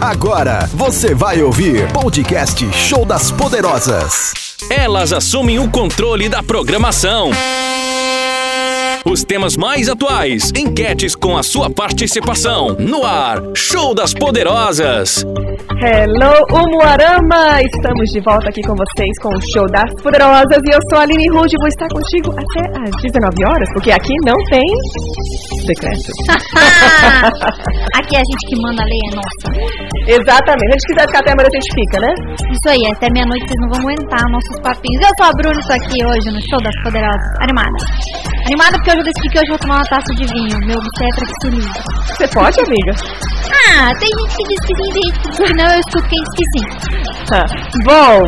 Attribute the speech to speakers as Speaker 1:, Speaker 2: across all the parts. Speaker 1: Agora você vai ouvir podcast Show das Poderosas.
Speaker 2: Elas assumem o controle da programação. Os temas mais atuais, enquetes com a sua participação. No ar, Show das Poderosas.
Speaker 3: Hello, Umuarama! Estamos de volta aqui com vocês com o Show das Poderosas e eu sou a Aline Rude vou estar contigo até às 19 horas, porque aqui não tem secreto.
Speaker 4: Ah. Aqui é a gente que manda a lei é nossa.
Speaker 3: Exatamente, a gente quiser ficar até amanhã, a gente fica, né?
Speaker 4: Isso aí, até meia-noite vocês não vão aguentar nossos papinhos. Eu sou a Bruna, estou aqui hoje no Show das Poderosas. Animada. Animada porque hoje eu decidi que hoje eu vou tomar uma taça de vinho. Meu obstetra que se livra.
Speaker 3: Você pode, amiga?
Speaker 4: Ah, tem gente que diz que sim, tem gente que diz que não. Eu escuto quem diz que sim.
Speaker 3: Tá. Bom,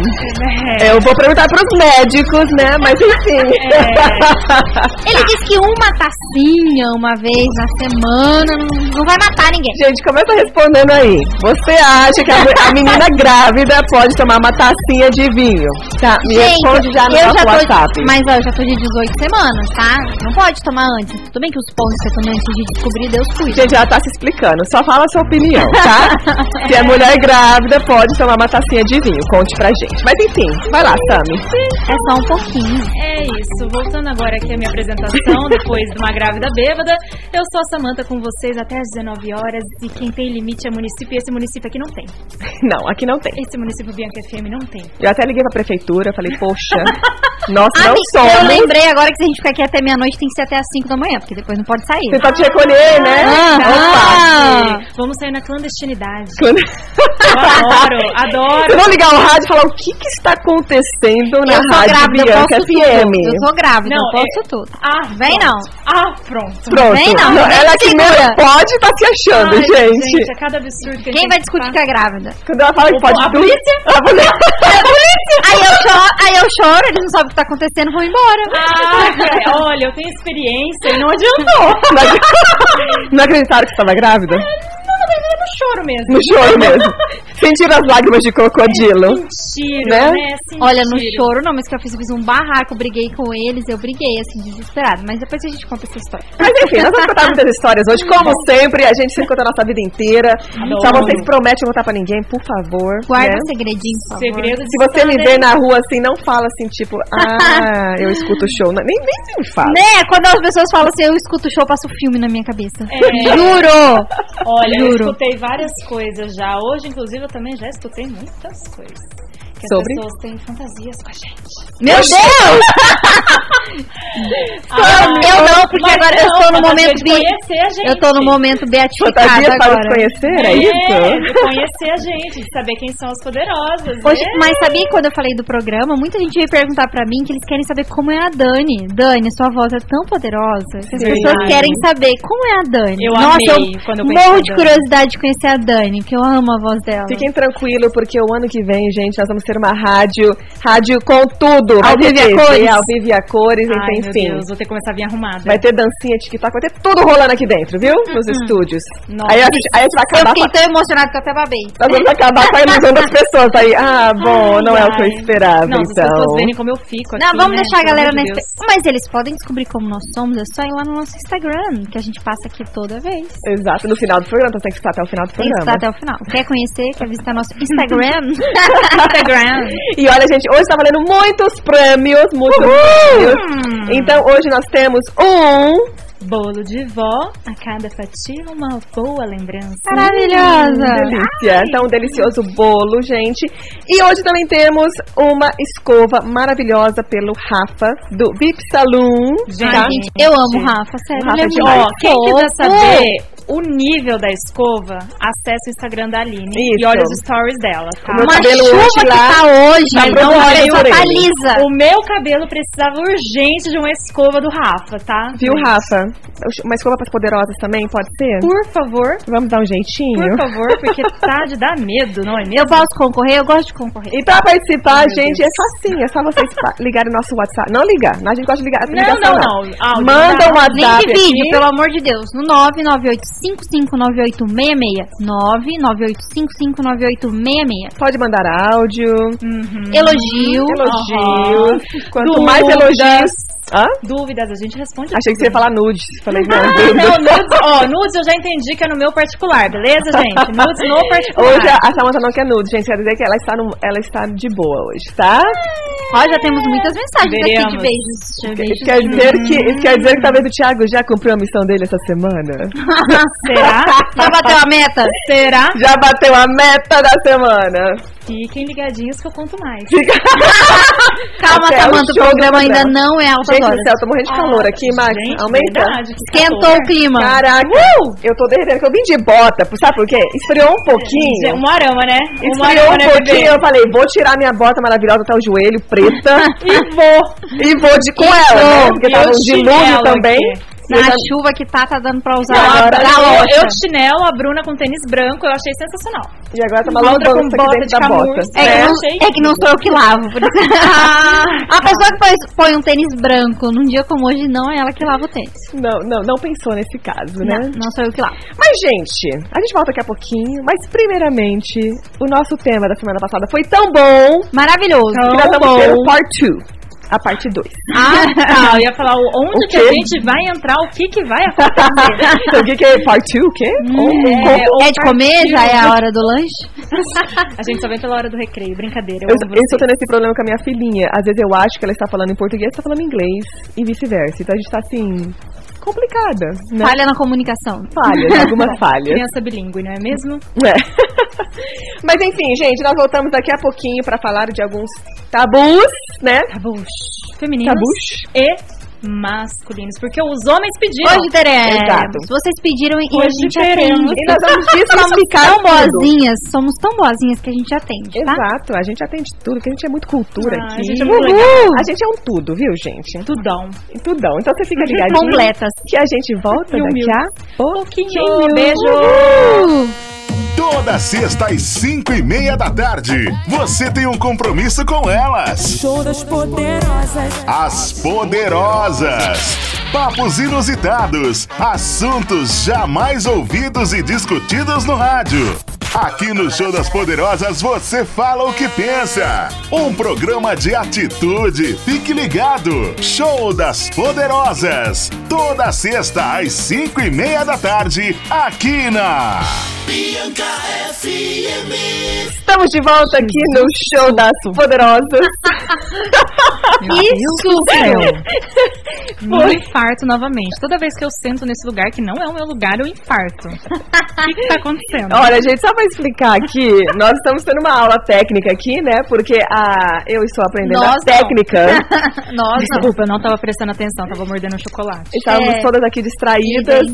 Speaker 4: É.
Speaker 3: eu vou perguntar pros médicos, né? Mas enfim.
Speaker 4: Ele diz que uma tacinha uma vez na semana não- não vai matar ninguém.
Speaker 3: Gente, começa respondendo aí. Você acha que a, mu- a menina grávida pode tomar uma tacinha de vinho? Tá, me responde já no
Speaker 4: eu
Speaker 3: nosso
Speaker 4: já tô,
Speaker 3: WhatsApp.
Speaker 4: Mas ó, eu já tô de 18 semanas, tá? Não pode tomar antes. Tudo bem que os pontos que você toma antes de descobrir, Deus cuida.
Speaker 3: Gente, ela tá se explicando. Só fala a sua opinião, tá? Se a mulher grávida pode tomar uma tacinha de vinho. Conte pra gente. Mas enfim, vai lá, Tami.
Speaker 4: É só um pouquinho.
Speaker 5: É isso, voltando agora aqui a minha apresentação, depois de uma grávida bêbada, eu sou a Samanta com vocês até às 19 horas e quem tem limite é município e esse município aqui não tem.
Speaker 3: Não, aqui não tem.
Speaker 5: Esse município Bianca FM não tem.
Speaker 3: Eu até liguei pra prefeitura, falei, poxa, nós
Speaker 4: Ah,
Speaker 3: não né?
Speaker 4: eu
Speaker 3: somos.
Speaker 4: lembrei agora que se a gente ficar aqui até meia-noite, tem que ser até as 5 da manhã, porque depois não pode sair.
Speaker 3: Você pode te recolher, né?
Speaker 4: Ah!
Speaker 3: Opa.
Speaker 4: Aham.
Speaker 5: E Tá, Vamos sair na clandestinidade.
Speaker 3: Quando-
Speaker 5: Eu adoro, adoro.
Speaker 3: Eu vou ligar o rádio e falar o que, que está acontecendo na
Speaker 4: eu sou
Speaker 3: rádio
Speaker 4: grávida, eu
Speaker 3: Bianca é assim,
Speaker 4: posso tudo. Eu
Speaker 3: FM.
Speaker 4: sou grávida,
Speaker 5: Não,
Speaker 4: eu posso
Speaker 5: é-
Speaker 4: tudo.
Speaker 5: Ah,
Speaker 4: Vem
Speaker 5: pronto.
Speaker 4: não.
Speaker 5: Ah, pronto.
Speaker 3: Pronto.
Speaker 4: Vem não, vem
Speaker 3: ela que
Speaker 4: segura.
Speaker 3: não pode tá se achando,
Speaker 5: Ai,
Speaker 3: gente.
Speaker 5: é cada absurdo que
Speaker 4: Quem
Speaker 5: a gente tem
Speaker 4: vai
Speaker 5: que
Speaker 4: discutir que
Speaker 5: passar.
Speaker 4: é grávida?
Speaker 3: Quando ela fala que pode
Speaker 5: a
Speaker 3: tudo. A
Speaker 4: É
Speaker 5: É
Speaker 3: polícia.
Speaker 4: Aí eu choro, aí eu choro, eles não sabem o que tá acontecendo, vão embora.
Speaker 5: Ah, cara, olha, eu tenho experiência e não adiantou.
Speaker 3: Não acredit- Não acreditaram que estava grávida?
Speaker 5: Não, na verdade, eu não choro mesmo.
Speaker 3: No choro mesmo. Sentiram as lágrimas de crocodilo. Né?
Speaker 5: Mentira, né?
Speaker 4: Olha, não
Speaker 5: Mentira.
Speaker 4: choro não, mas que eu fiz, eu fiz um barraco, briguei com eles, eu briguei, assim, desesperado. Mas depois a gente conta essa história.
Speaker 3: Mas enfim, nós vamos contar muitas histórias hoje, como sempre, a gente se conta a nossa vida inteira. Só
Speaker 5: Adoro.
Speaker 3: vocês prometem não contar pra ninguém, por favor.
Speaker 4: Guarda
Speaker 3: né?
Speaker 4: um o segredinho, por favor.
Speaker 5: Segredo de
Speaker 3: Se você me
Speaker 5: Sunday.
Speaker 3: vê na rua assim, não fala assim, tipo, ah, eu escuto o show. Não, Nem, nem se me fala.
Speaker 4: Né? Quando as pessoas falam assim, eu escuto o show, passa o filme na minha cabeça.
Speaker 5: É.
Speaker 4: Juro!
Speaker 5: Olha,
Speaker 4: Juro.
Speaker 5: eu escutei várias coisas já. Hoje, inclusive, eu também já escutei muitas coisas. Que
Speaker 3: Sobre?
Speaker 5: as pessoas têm fantasias com a gente.
Speaker 4: Meu Deus! eu não, Ah, porque
Speaker 5: Ah, mas
Speaker 4: agora eu
Speaker 5: não,
Speaker 4: estou no
Speaker 5: fantasia
Speaker 4: momento
Speaker 5: de
Speaker 4: bi-
Speaker 5: conhecer a gente.
Speaker 4: Eu tô no momento beatificado
Speaker 3: Fantasia para
Speaker 4: agora.
Speaker 3: te conhecer, é,
Speaker 5: É,
Speaker 3: isso?
Speaker 5: de conhecer a gente, de saber quem são as poderosas.
Speaker 4: Poxa,
Speaker 5: né?
Speaker 4: mas sabia que quando eu falei do programa, muita gente veio perguntar pra mim que eles querem saber como é a Dani. Dani, sua voz é tão poderosa que as
Speaker 3: Verdade.
Speaker 4: pessoas querem saber como é a Dani.
Speaker 5: Eu
Speaker 4: Nossa,
Speaker 5: amei
Speaker 4: eu
Speaker 5: quando eu pensei
Speaker 4: morro
Speaker 5: na
Speaker 4: de
Speaker 5: Dani.
Speaker 4: curiosidade de conhecer a Dani, que eu amo a voz dela.
Speaker 3: Fiquem tranquilos, porque o ano que vem, gente, nós vamos ter uma rádio, rádio com tudo. Vai
Speaker 4: Ao
Speaker 3: ter
Speaker 4: vivo e a
Speaker 3: TV,
Speaker 4: cores.
Speaker 3: Ao vivo e a cores, então,
Speaker 5: Ai, meu
Speaker 3: enfim.
Speaker 5: Deus, vou ter que começar a vir arrumada.
Speaker 3: Vai ter dancinha, tic-tac, vai ter tudo rolando aqui dentro, viu? Nos estúdios.
Speaker 5: Nossa.
Speaker 3: Aí a gente, aí a gente vai
Speaker 4: Eu
Speaker 3: acabar com
Speaker 4: fiquei tão emocionada que eu até babei.
Speaker 5: Tá
Speaker 3: a- nós vamos acabar com a ilusão das pessoas aí. Ah,
Speaker 4: tá
Speaker 3: bom, não é o que eu
Speaker 5: Ai.
Speaker 3: esperava,
Speaker 5: Não, se as
Speaker 3: então.
Speaker 5: pessoas verem como eu fico aqui,
Speaker 4: Não, vamos
Speaker 5: né?
Speaker 4: deixar a
Speaker 5: Pelo
Speaker 4: galera
Speaker 5: amor
Speaker 4: na
Speaker 5: de Deus.
Speaker 4: espe- Mas eles podem descobrir como nós somos, é só ir lá no nosso Instagram, que a gente passa aqui toda vez.
Speaker 3: Exato, no final do programa, então tem que escutar até o final do
Speaker 4: Tem que
Speaker 3: programa.
Speaker 4: estar até o final. Quer conhecer? Quer visitar é nosso Instagram? Instagram.
Speaker 3: E olha, gente, hoje tá valendo muitos prêmios, muitos prêmios. Então hoje nós temos um.
Speaker 5: Bolo de vó, a cada fatia uma boa lembrança.
Speaker 4: Maravilhosa.
Speaker 3: Delícia. Então, um delicioso bolo, gente. E hoje também temos uma escova maravilhosa pelo Rafa, do VIP Saloon.
Speaker 5: Gente,
Speaker 3: tá?
Speaker 4: Ai, gente, eu amo o Rafa, sério.
Speaker 3: O Rafa
Speaker 4: ele é
Speaker 3: é
Speaker 4: muito
Speaker 3: demais.
Speaker 5: Ó, quem quiser
Speaker 4: fofo.
Speaker 5: saber o nível da escova, acessa o Instagram da Aline
Speaker 3: Isso.
Speaker 5: e olha os stories dela, tá?
Speaker 3: meu
Speaker 4: Uma
Speaker 3: cabelo
Speaker 4: chuva
Speaker 3: hoje
Speaker 4: que
Speaker 3: lá,
Speaker 4: tá hoje,
Speaker 3: tá
Speaker 4: então
Speaker 3: provando
Speaker 4: olha,
Speaker 3: aí
Speaker 4: só
Speaker 3: por
Speaker 4: tá
Speaker 3: ele.
Speaker 4: lisa.
Speaker 5: O meu cabelo precisava urgente de uma escova do Rafa, tá?
Speaker 3: Viu, Rafa? Uma escova para as poderosas também, pode ser?
Speaker 5: Por favor,
Speaker 3: Vamos dar um jeitinho?
Speaker 5: por favor, porque tá de dar medo, não é mesmo?
Speaker 4: Eu posso concorrer? Eu gosto de concorrer.
Speaker 3: E pra participar,
Speaker 5: Ai, meu
Speaker 3: gente, é facinho. É só vocês pa- ligarem o nosso WhatsApp. Não ligar, não, a gente gosta de ligar.
Speaker 5: Não,
Speaker 3: ligação,
Speaker 5: não, não. Áudio,
Speaker 3: Manda
Speaker 5: não.
Speaker 3: um WhatsApp.
Speaker 4: Nem de vídeo,
Speaker 3: aqui.
Speaker 4: pelo amor de Deus. No 998559866. 998559866.
Speaker 3: Pode mandar áudio,
Speaker 4: Elogio.
Speaker 3: elogios. Quanto
Speaker 5: Dúvidas.
Speaker 3: mais elogios, Hã?
Speaker 5: Dúvidas, a gente responde.
Speaker 3: Achei que você ia falar nudes. Falei, não,
Speaker 5: Ah,
Speaker 3: Deus.
Speaker 5: não, nudes, ó, nudes eu já entendi que é no meu particular, beleza, gente? Nudes no particular.
Speaker 3: Hoje é- a, a Samanta não quer nude, gente. Quer dizer que ela está, no, ela está de boa hoje, tá?
Speaker 4: Ó, já temos muitas mensagens aqui de
Speaker 5: Veremos.
Speaker 4: beijos. de
Speaker 3: Isso
Speaker 4: beijos.
Speaker 3: quer, dizer que, isso quer dizer que talvez o Thiago já cumpriu a missão dele essa semana?
Speaker 5: Será?
Speaker 4: Já bateu a meta?
Speaker 5: Será?
Speaker 3: Já bateu a meta da semana.
Speaker 5: Fiquem ligadinhos que eu conto mais.
Speaker 4: Calma,
Speaker 3: Até o
Speaker 4: Samanta, o
Speaker 3: show do
Speaker 4: programa ainda
Speaker 3: programa.
Speaker 4: não é altas
Speaker 3: Gente do
Speaker 4: horas.
Speaker 3: céu, tô morrendo de calor aqui, Max.
Speaker 5: Ah, Gente,
Speaker 3: Aumenta. um
Speaker 5: verdade, que
Speaker 4: Esquentou
Speaker 5: calor.
Speaker 4: o clima.
Speaker 3: Caraca, eu tô derretendo, que eu vim de bota. Sabe por quê? Esfriou um pouquinho.
Speaker 5: Um arama, né? Um
Speaker 3: Esfriou
Speaker 5: arama,
Speaker 3: um
Speaker 5: né, bebê?
Speaker 3: pouquinho, eu falei, vou tirar minha bota maravilhosa até o joelho, preta.
Speaker 5: E vou.
Speaker 3: e vou de com ela, né? Porque
Speaker 5: e
Speaker 3: tava
Speaker 5: o
Speaker 3: um dilúvio
Speaker 5: chinelo
Speaker 3: também.
Speaker 5: aqui.
Speaker 3: E eu
Speaker 4: Na
Speaker 3: já-
Speaker 4: chuva que tá, tá dando pra usar
Speaker 5: Não,
Speaker 4: agora.
Speaker 5: a-
Speaker 4: Tá
Speaker 5: eu, eu
Speaker 4: louca.
Speaker 5: de chinelo, a Bruna com tênis branco, eu achei sensacional.
Speaker 3: E agora tá uma lambança
Speaker 5: Outra com
Speaker 3: aqui
Speaker 5: bota
Speaker 3: dentro
Speaker 5: de
Speaker 3: da bota.
Speaker 5: camurça.
Speaker 4: É, que
Speaker 5: né?
Speaker 4: não,
Speaker 5: Achei
Speaker 4: é que não sou eu que lavo. por isso. a pessoa que põe- põe um tênis branco num dia como hoje não é ela que lava o tênis.
Speaker 3: Não, não, não pensou nesse caso, né?
Speaker 4: Não, não sou eu que lavo.
Speaker 3: Mas, gente, a gente volta daqui a pouquinho. Mas, primeiramente, o nosso tema da semana passada foi tão bom
Speaker 4: Maravilhoso.
Speaker 3: que nós vamos ter o part 2. A parte 2.
Speaker 5: Ah, tá. Eu ia falar o- onde
Speaker 3: O
Speaker 5: que a
Speaker 3: quê?
Speaker 5: gente vai entrar, o que que vai acontecer.
Speaker 3: então, o que, que é part 2? O quê?
Speaker 5: é,
Speaker 3: Ou-
Speaker 4: É de comer? Já é a hora do lanche?
Speaker 5: a gente só vem pela hora do recreio, brincadeira. Eu,
Speaker 3: Eu,
Speaker 5: amo
Speaker 3: eu estou
Speaker 5: vocês.
Speaker 3: tendo esse problema com a minha filhinha. Às vezes eu acho que ela está falando em português, está falando em inglês e vice-versa. Então a gente está assim, complicada, né?
Speaker 4: Falha na comunicação.
Speaker 3: Falhas, algumas falhas.
Speaker 5: Criança bilíngue, não é mesmo?
Speaker 3: É. Mas enfim, gente, nós voltamos daqui a pouquinho para falar de alguns tabus, né?
Speaker 5: Tabus. Tá Femininos
Speaker 3: Tabus.
Speaker 5: e masculinos. Porque os homens pediram.
Speaker 4: Hoje teremos.
Speaker 3: Exato.
Speaker 4: Vocês pediram e a
Speaker 5: Hoje
Speaker 4: gente
Speaker 5: teremos.
Speaker 4: atende.
Speaker 3: E nós vamos
Speaker 4: Somos
Speaker 3: desclassificar
Speaker 4: tão
Speaker 3: tudo.
Speaker 4: boazinhas, somos tão boazinhas que a gente atende, tá?
Speaker 3: Exato, a gente atende tudo, que a gente é muito cultura
Speaker 5: Ah, a
Speaker 3: aqui.
Speaker 5: gente é muito
Speaker 4: legal.
Speaker 3: A gente é um tudo, viu, gente?
Speaker 5: Tudão.
Speaker 3: Tudão. Então você fica ligadinho.
Speaker 4: Completas.
Speaker 3: Que a gente volta
Speaker 5: E
Speaker 3: daqui
Speaker 5: humilde.
Speaker 3: a
Speaker 5: Pouquinho.
Speaker 3: pouquinho.
Speaker 5: Beijo.
Speaker 6: Toda sexta às cinco e meia da tarde, você tem um compromisso com elas.
Speaker 7: Show das poderosas.
Speaker 6: As Poderosas. Papos inusitados, assuntos jamais ouvidos e discutidos no rádio. Aqui no Show das Poderosas você fala o que pensa. Um programa de atitude. Fique ligado. Show das Poderosas. Toda sexta às cinco e meia da tarde, aqui na.
Speaker 3: Estamos de volta aqui no Show das Poderosas.
Speaker 4: Isso,
Speaker 5: Um infarto novamente. Toda vez que eu sento nesse lugar que não é o meu lugar, eu infarto. O que, que tá acontecendo?
Speaker 3: Olha, gente, só pra explicar aqui, nós estamos tendo uma aula técnica aqui, né? Porque a, eu estou aprendendo
Speaker 4: Nós
Speaker 3: a
Speaker 4: não.
Speaker 3: técnica.
Speaker 5: É.
Speaker 4: Nossa,
Speaker 5: Desculpa, eu não tava prestando atenção, tava mordendo um chocolate.
Speaker 3: Estávamos
Speaker 4: É.
Speaker 3: todas aqui distraídas.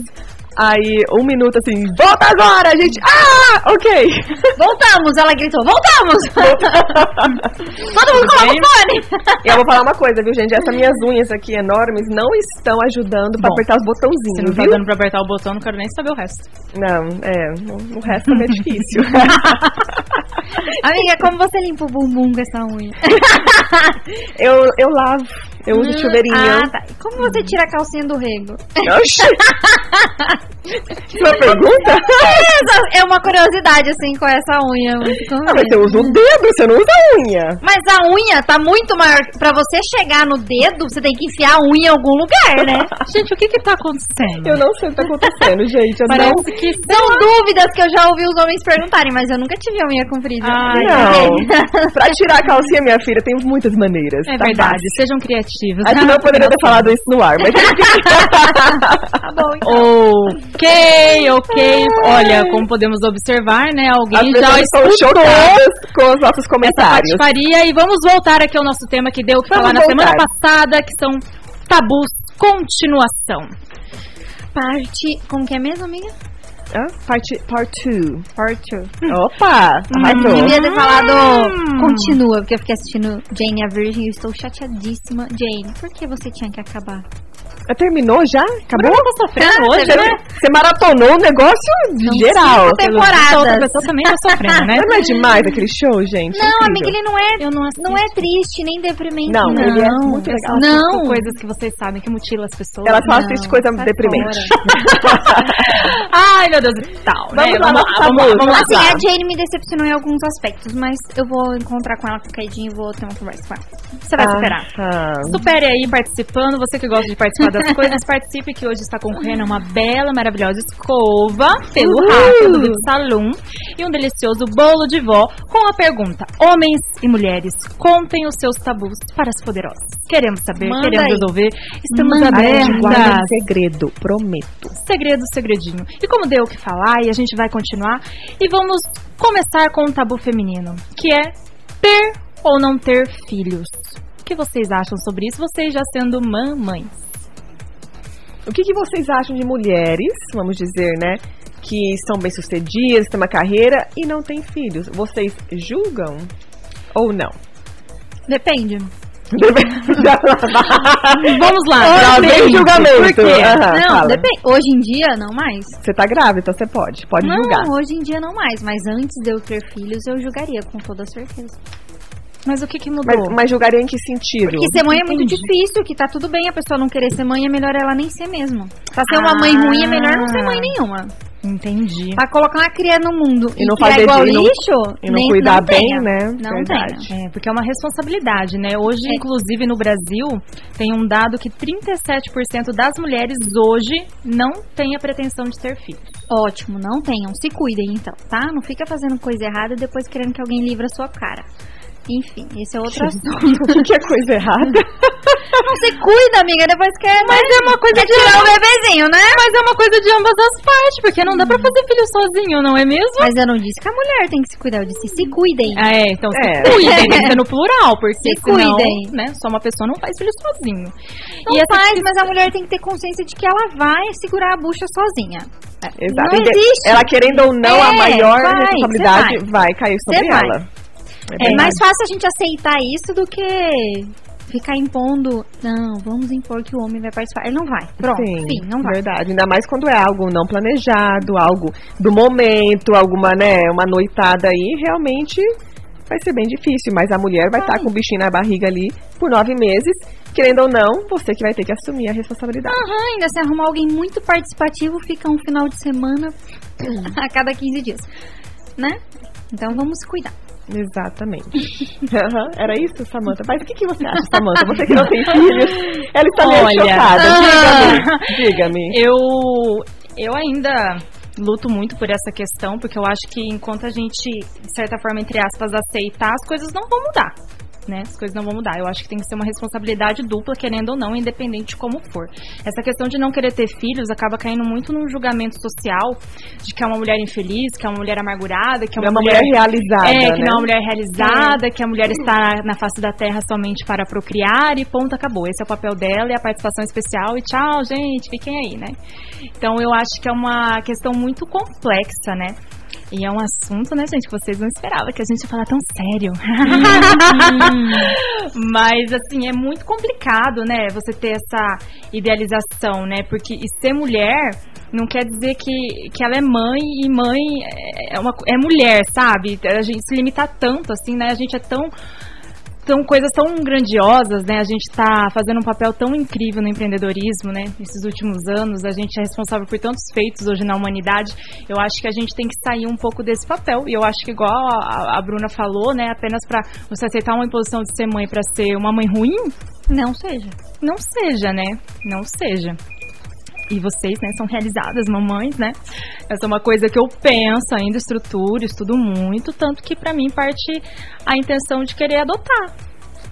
Speaker 3: Aí, um minuto assim, volta agora, gente! Ah! Ok!
Speaker 4: voltamos, ela gritou, voltamos! Todo mundo coloca o fone!
Speaker 3: E eu vou falar uma coisa, viu, gente? Essas minhas unhas aqui enormes não estão ajudando pra
Speaker 5: Bom,
Speaker 3: apertar os
Speaker 5: Se não
Speaker 3: botãozinhos,
Speaker 5: tá
Speaker 3: viu?
Speaker 5: dando pra apertar o botão, não quero nem saber o resto.
Speaker 3: Não, é. O resto também é difícil.
Speaker 4: Amiga, como você limpa o bumbum com essa unha?
Speaker 3: eu, eu lavo,
Speaker 5: É
Speaker 3: eu
Speaker 5: um Hum,
Speaker 3: uso chuveirinho.
Speaker 4: Ah, tá. E Como você tira a calcinha do rego?
Speaker 5: tá.
Speaker 3: Oxi. Uma pergunta?
Speaker 4: Essa é uma curiosidade, assim, com essa unha. muito
Speaker 3: Ah, mas você
Speaker 4: conveniente.
Speaker 3: usa
Speaker 5: um-
Speaker 3: o dedo, você não usa a unha.
Speaker 4: Mas a unha tá muito maior. Pra você chegar no dedo, você tem que enfiar a unha em algum lugar, né?
Speaker 5: Gente, o que que tá acontecendo?
Speaker 3: Eu não sei o que tá acontecendo, gente. Eu
Speaker 5: Parece
Speaker 3: não...
Speaker 5: que... é
Speaker 4: São dúvidas que eu já ouvi os homens perguntarem, mas eu nunca tive a unha comprida. é
Speaker 5: Ai,
Speaker 3: Não. né? pra tirar a calcinha, minha filha, tem muitas maneiras.
Speaker 5: É
Speaker 3: tá
Speaker 5: verdade, sejam criativos.
Speaker 3: fácil. Acho que não poderia ter falado isso no ar, mas é
Speaker 4: Tá bom, então.
Speaker 5: Ah, Ok, ok. Olha, como podemos observar, né?
Speaker 3: as
Speaker 5: Alguém já
Speaker 3: pessoas estão
Speaker 5: escutou
Speaker 3: chocadas com os nossos
Speaker 5: essa
Speaker 3: comentários.
Speaker 5: patifaria. E vamos voltar aqui ao nosso tema que deu o que
Speaker 3: Vamos
Speaker 5: falar na semana
Speaker 3: voltar.
Speaker 5: passada, que são tabus continuação.
Speaker 4: Parte. Como que é mesmo, amiga?
Speaker 3: Hã? Parte 2. Part 2. Opa! Arrasou.
Speaker 4: Devia ter falado.
Speaker 5: Hum.
Speaker 4: Continua, porque eu fiquei assistindo Jane a Virgem e eu estou chateadíssima. Jane, por que você tinha que acabar?
Speaker 3: Ah, Terminou já? Acabou?
Speaker 5: Bruna tá sofrendo hoje,
Speaker 3: você,
Speaker 5: né?
Speaker 3: você maratonou um negócio de
Speaker 4: São
Speaker 3: geral. pelo-
Speaker 4: cinco temporadas.
Speaker 5: Então, outra pessoa também tá sofrendo, né?
Speaker 3: Mas não é demais aquele show, gente?
Speaker 4: Não,
Speaker 3: Incrível.
Speaker 4: amiga, ele não é,
Speaker 5: Eu não
Speaker 4: não é triste nem deprimente.
Speaker 3: Não,
Speaker 4: Não,
Speaker 3: ele é muito
Speaker 5: eu
Speaker 3: legal.
Speaker 5: só
Speaker 4: Não.
Speaker 5: assisto coisas que vocês sabem que mutila as
Speaker 4: é
Speaker 5: pessoas. né?
Speaker 3: Ela só
Speaker 5: Não,
Speaker 3: assiste coisa
Speaker 5: sai
Speaker 3: deprimente.
Speaker 5: fora. Ai, meu Deus do céu.
Speaker 3: Vamos
Speaker 5: né?
Speaker 3: lá, vamos pra música.
Speaker 5: vamos lá.
Speaker 4: Assim,
Speaker 3: Claro.
Speaker 4: a Jane me decepcionou em alguns aspectos, mas eu vou encontrar com ela com o Caidinho e vou ter uma conversa com ela.
Speaker 5: Você vai superar.
Speaker 3: Ah,
Speaker 5: Então, Supere aí participando. Você que gosta de participar das coisas, participe que hoje está concorrendo a uma bela, maravilhosa escova pelo
Speaker 3: Uhul!
Speaker 5: rato do Big Saloon e um delicioso bolo de vó com a pergunta: Homens e mulheres, contem os seus tabus para as poderosas. Queremos saber,
Speaker 4: Manda
Speaker 5: queremos
Speaker 4: aí.
Speaker 5: resolver. Estamos
Speaker 4: Manda.
Speaker 3: a gente guarda
Speaker 5: abertas.
Speaker 3: em segredo, prometo.
Speaker 5: Segredo, segredinho. E como deu o que falar, e a gente vai continuar. E vamos começar com um tabu feminino, que é ter ou não ter filhos. O que vocês acham sobre isso? Vocês já sendo mamães.
Speaker 3: O que, que vocês acham de mulheres, vamos dizer, né? Que são bem-sucedidas, têm uma carreira e não têm filhos. Vocês julgam ou não?
Speaker 4: Depende.
Speaker 5: Vamos lá.
Speaker 3: Já
Speaker 5: Depende.
Speaker 3: vem o julgamento.
Speaker 5: Por quê?
Speaker 3: Aham,
Speaker 4: não,
Speaker 3: fala.
Speaker 4: depende. Hoje em dia, não mais.
Speaker 3: Você tá grávida, então você pode. Pode
Speaker 4: não,
Speaker 3: julgar.
Speaker 4: hoje em dia não mais, mas antes de eu ter filhos, eu julgaria, com toda certeza.
Speaker 5: Mas o que, que mudou?
Speaker 3: Mas, mas julgaria em que sentido?
Speaker 4: Porque ser mãe é muito
Speaker 5: Entendi.
Speaker 4: difícil, que tá tudo bem a pessoa não querer ser mãe, é melhor ela nem ser mesmo. Pra ser
Speaker 5: Ah.
Speaker 4: uma mãe ruim, é melhor não ser mãe nenhuma.
Speaker 5: Entendi.
Speaker 4: Pra colocar uma cria no mundo e,
Speaker 3: E não
Speaker 4: criar
Speaker 3: fazer
Speaker 4: igual
Speaker 3: bem, não-
Speaker 4: lixo,
Speaker 3: e não
Speaker 4: nem-
Speaker 3: cuidar
Speaker 4: não
Speaker 3: bem,
Speaker 4: tenha.
Speaker 3: né?
Speaker 4: Não
Speaker 3: Verdade.
Speaker 4: tenha.
Speaker 5: É, porque é uma responsabilidade, né? Hoje,
Speaker 4: É.
Speaker 5: inclusive no Brasil, tem um dado que 37% das mulheres hoje não têm a pretensão de ter filhos.
Speaker 4: Ótimo, não tenham. Se cuidem então, tá? Não fica fazendo coisa errada e depois querendo que alguém livre a sua cara. Enfim, esse é outro assunto.
Speaker 3: O que, que é coisa errada?
Speaker 4: Não se cuida, amiga, depois quer. Mas é uma coisa de tirar o bebezinho, né?
Speaker 5: Mas é uma coisa de ambas as partes, porque não dá pra fazer filho sozinho, não é mesmo?
Speaker 4: Mas eu não disse que a mulher tem que se cuidar, eu disse se cuidem.
Speaker 5: Ah, é, então se
Speaker 3: É.
Speaker 5: cuidem, tem que ser no plural, porque
Speaker 4: Se
Speaker 5: senão,
Speaker 4: cuidem. Então tá.
Speaker 5: né, só uma pessoa não faz filho sozinho.
Speaker 4: Não
Speaker 5: e essa
Speaker 4: faz, mas a mulher tem que ter consciência de que ela vai segurar a bucha sozinha.
Speaker 3: Exato.
Speaker 4: Não
Speaker 3: E de-
Speaker 4: existe.
Speaker 3: Ela querendo ou não, a
Speaker 4: É,
Speaker 3: maior
Speaker 4: vai,
Speaker 3: responsabilidade
Speaker 4: cê
Speaker 3: vai. cair sobre
Speaker 4: Cê vai.
Speaker 3: ela.
Speaker 4: É,
Speaker 3: bem
Speaker 4: mais fácil a gente aceitar isso do que ficar impondo. Não, vamos impor que o homem vai participar. Ele não vai. Pronto,
Speaker 3: Sim,
Speaker 4: fim, não vai.
Speaker 3: verdade. Ainda mais quando é algo não planejado, algo do momento, alguma, né, uma noitada aí, realmente vai ser bem difícil. Mas a mulher vai estar com o bichinho na barriga ali por nove meses, querendo ou não, você que vai ter que assumir a responsabilidade.
Speaker 4: Aham, ainda se arrumar alguém muito participativo, fica um final de semana a cada 15 dias. Né? Então vamos se cuidar.
Speaker 3: Exatamente. Aham, Era isso, Samanta? Mas o que, que você acha, Samanta? Você que não tem filhos, ela está meio
Speaker 5: Olha,
Speaker 3: chocada.
Speaker 5: ah.
Speaker 3: Diga-me, diga-me.
Speaker 5: Eu, eu ainda luto muito por essa questão, porque eu acho que enquanto a gente, de certa forma, entre aspas, aceitar, as coisas não vão mudar. Né? As coisas não vão mudar. Eu acho que tem que ser uma responsabilidade dupla, querendo ou não, independente de como for. Essa questão de não querer ter filhos acaba caindo muito num julgamento social de que é uma mulher infeliz, que é uma mulher amargurada, que
Speaker 3: É
Speaker 5: é uma,
Speaker 3: uma mulher realizada,
Speaker 5: é, que
Speaker 3: né?
Speaker 5: não é uma mulher realizada, que a mulher está na face da terra somente para procriar e ponto, acabou. Esse é o papel dela e a participação especial e tchau, gente, fiquem aí, né? Então eu acho que é uma questão muito complexa, né? E é um assunto, né, gente, que vocês não esperavam que a gente ia falar tão sério. Mas, assim, é muito complicado, né, você ter essa idealização, né? Porque e ser mulher não quer dizer que, que ela é mãe e mãe é, é uma, co- é mulher, sabe? A gente se limitar tanto, assim, né? A gente é tão são coisas tão grandiosas, né? A gente tá fazendo um papel tão incrível no empreendedorismo, né? Esses últimos anos, a gente é responsável por tantos feitos hoje na humanidade. Eu acho que a gente tem que sair um pouco desse papel. E eu acho que igual a, a Bruna falou, né? Apenas pra você aceitar uma imposição de ser mãe pra ser uma mãe ruim,
Speaker 4: Não seja.
Speaker 5: não seja, né? Não seja. E vocês, né, são realizadas, mamães, né? Essa é uma coisa que eu penso, ainda estruturo, estudo muito, tanto que pra mim parte a intenção de querer adotar.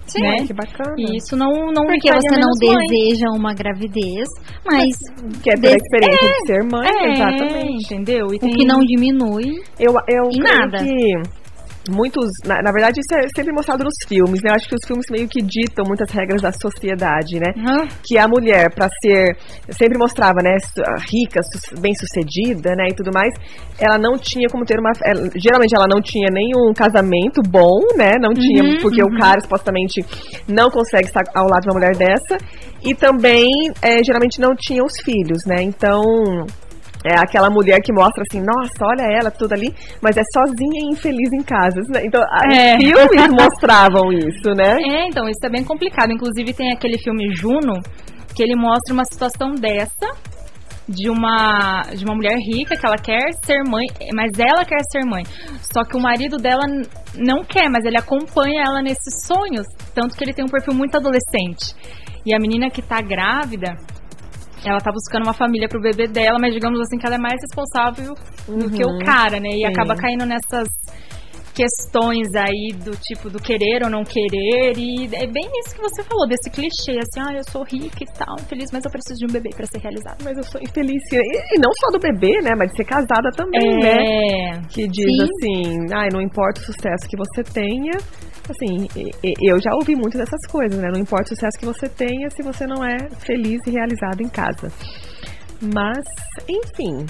Speaker 4: Sim.
Speaker 5: né?
Speaker 3: Que bacana.
Speaker 5: E isso não não me
Speaker 4: Porque
Speaker 5: faria
Speaker 4: você não
Speaker 5: menos mãe.
Speaker 4: deseja uma gravidez, mas
Speaker 3: Quer ter a
Speaker 4: Des-
Speaker 3: é experiência de ser mãe,
Speaker 5: É,
Speaker 3: exatamente.
Speaker 5: entendeu? E
Speaker 4: o que não diminui.
Speaker 3: Eu, eu
Speaker 4: Em
Speaker 3: creio
Speaker 4: nada.
Speaker 3: que muitos. Na, na verdade, isso é sempre mostrado nos filmes, né? Eu acho que os filmes meio que ditam muitas regras da sociedade, né?
Speaker 4: Hã?
Speaker 3: que a mulher, pra ser, sempre mostrava, né, su- rica, su- bem-sucedida, né, e tudo mais, ela não tinha como ter uma, ela- geralmente ela não tinha nenhum casamento bom, né, não tinha, porque o cara supostamente não consegue estar ao lado de uma mulher dessa, e também, eh, geralmente não tinha os filhos, né, então... É aquela mulher que mostra assim, nossa, olha ela, tudo ali, mas é sozinha e infeliz em casa. né? Então, a-
Speaker 5: É.
Speaker 3: filmes mostravam isso, né?
Speaker 5: É, então, isso é bem complicado. Inclusive, tem aquele filme Juno, que ele mostra uma situação dessa, de uma, de uma mulher rica que ela quer ser mãe, mas ela quer ser mãe. Só que o marido dela n- não quer, mas ele acompanha ela nesses sonhos. Tanto que ele tem um perfil muito adolescente. E a menina que tá grávida. Ela tá buscando uma família pro bebê dela, mas digamos assim que ela é mais responsável do que o cara, né? E acaba caindo nessas questões aí do tipo do querer ou não querer e é bem isso que você falou desse clichê assim ah eu sou rica e tal feliz mas eu preciso de um bebê pra ser realizado
Speaker 3: Mas eu sou infeliz. E, e não só do bebê, né? Mas de ser casada também, né?
Speaker 5: é
Speaker 3: Que diz
Speaker 4: Sim.
Speaker 3: assim, ai, não importa o sucesso que você tenha. Assim, e- e- eu já ouvi muito dessas coisas, né? Não importa o sucesso que você tenha se você não é feliz e realizado em casa. Mas, enfim.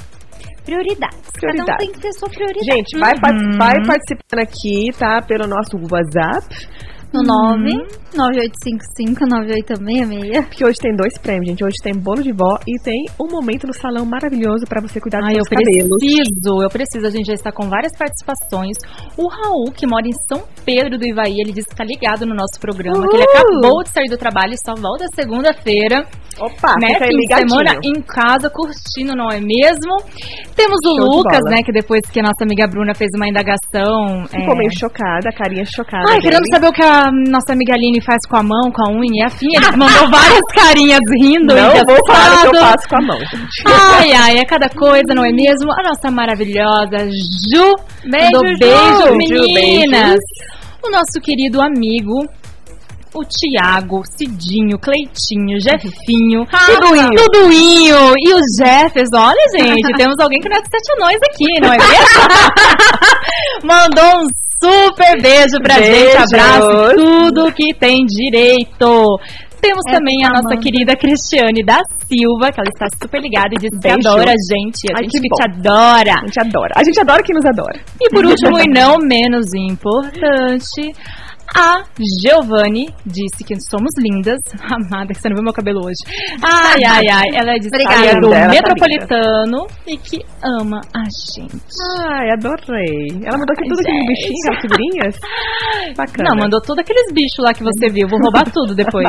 Speaker 4: Prioridades. Cada um
Speaker 3: Prioridades.
Speaker 4: tem que ter sua prioridade. Uhum.
Speaker 3: Gente, vai,
Speaker 5: Uhum.
Speaker 3: parti- vai participando aqui, tá? Pelo nosso WhatsApp.
Speaker 4: No 9 9855 9856.
Speaker 3: Porque hoje tem dois prêmios, gente. Hoje tem bolo de vó e tem um momento no salão maravilhoso pra você cuidar dos
Speaker 5: Ai, eu
Speaker 3: seus cabelos.
Speaker 5: preciso, eu preciso. A gente já está com várias participações. O Raul, que mora em São Pedro do Ivaí, ele disse que tá ligado no nosso programa, que ele
Speaker 3: Uhul!
Speaker 5: acabou de sair do trabalho e só volta segunda-feira.
Speaker 3: Opa,
Speaker 5: né?
Speaker 3: Ah, fica aí
Speaker 5: Fim de
Speaker 3: ligadinho.
Speaker 5: semana em casa, curtindo, não é mesmo? Temos o
Speaker 3: Show de
Speaker 5: Lucas,
Speaker 3: bola.
Speaker 5: né? Que depois que a nossa amiga Bruna fez uma indagação.
Speaker 3: Ficou
Speaker 5: é,
Speaker 3: meio chocada, a carinha chocada.
Speaker 5: Ai, querendo
Speaker 3: dele.
Speaker 5: saber o que a nossa amiga Aline faz com a mão, com a unha e afim. Ele mandou várias carinhas rindo.
Speaker 3: Não vou falar o que eu
Speaker 5: engraçado.
Speaker 3: faço com a mão, gente.
Speaker 5: Ai, ai, é cada coisa, não é mesmo? A nossa maravilhosa Ju.
Speaker 4: Beijo,
Speaker 5: Mandou
Speaker 4: Ju.
Speaker 5: beijo,
Speaker 3: Ju,
Speaker 5: meninas. O nosso querido amigo. O Tiago, Cidinho, Cleitinho, Jefinho,
Speaker 4: Tuduinho.
Speaker 5: Tuduinho e o Jeffers. Olha, gente, temos alguém que não é de sete anões aqui, não é mesmo? Mandou um super beijo pra gente,
Speaker 3: Beijos.
Speaker 5: abraço, tudo que tem direito. Temos
Speaker 3: É
Speaker 4: Essa
Speaker 5: também a nossa
Speaker 4: Amanda.
Speaker 5: querida Cristiane da Silva, que ela está super ligada e diz que
Speaker 3: Beijo.
Speaker 5: adora a gente, a
Speaker 3: Ai,
Speaker 5: gente
Speaker 3: que
Speaker 5: que
Speaker 3: bom.
Speaker 5: te adora.
Speaker 3: A gente adora. A gente adora quem nos adora.
Speaker 5: E por último, e não menos importante, a Giovanni disse que somos lindas. Amada, que você não viu meu cabelo hoje. Ai, ai, ai. Ela é de
Speaker 4: Obrigada.
Speaker 5: Saia do
Speaker 3: Ela tá
Speaker 5: Metropolitano e que ama a gente.
Speaker 3: Ai, adorei. Ela mandou aqui tudo aquele
Speaker 5: gente.
Speaker 3: bichinho, aquelas figurinhas. Bacana.
Speaker 5: Não, mandou todos aqueles bichos lá que você viu. Vou roubar tudo depois.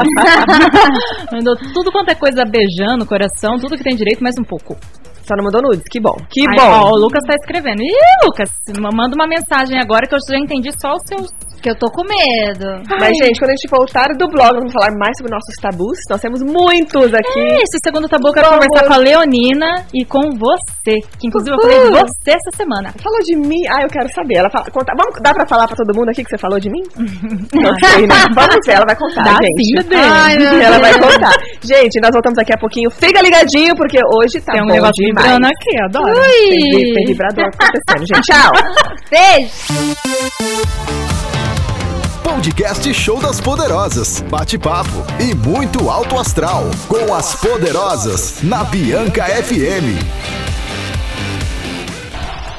Speaker 5: mandou tudo quanto é coisa beijando, coração, tudo que tem direito, mais um pouco.
Speaker 3: Só não mandou nudes, que bom. Que
Speaker 5: Aí, ó, o Lucas tá escrevendo. Ih, Lucas, ma- manda uma mensagem agora que eu já entendi só o seu.
Speaker 4: Que eu tô com medo.
Speaker 3: Mas, gente, quando a gente voltar do blog, vamos falar mais sobre nossos tabus. Nós temos muitos aqui.
Speaker 5: Esse segundo tabu eu quero
Speaker 3: Vamos.
Speaker 5: conversar com a Leonina e com você. Que inclusive eu falei de
Speaker 3: Uhul.
Speaker 5: você essa semana.
Speaker 3: Falou de mim? Ah, eu quero saber. Ela fala, conta- vamos, dá pra falar pra todo mundo aqui que você falou de mim? Não sei, né? Vamos ver, ela vai contar,
Speaker 5: Dá
Speaker 3: gente.
Speaker 5: sim, Dê.
Speaker 4: Ai, meu
Speaker 3: ela vai
Speaker 4: Deus.
Speaker 3: contar. Gente, nós voltamos daqui a pouquinho. Fica ligadinho, porque hoje tá
Speaker 5: Tem um
Speaker 3: bom
Speaker 5: negócio
Speaker 3: demais.
Speaker 5: vibrando aqui, adoro.
Speaker 3: Tem, vi- tem vibrador acontecendo, gente. Tchau!
Speaker 4: Beijo.
Speaker 1: Podcast Show das Poderosas. Bate-papo e muito alto astral. Com as Poderosas, na Bianca FM.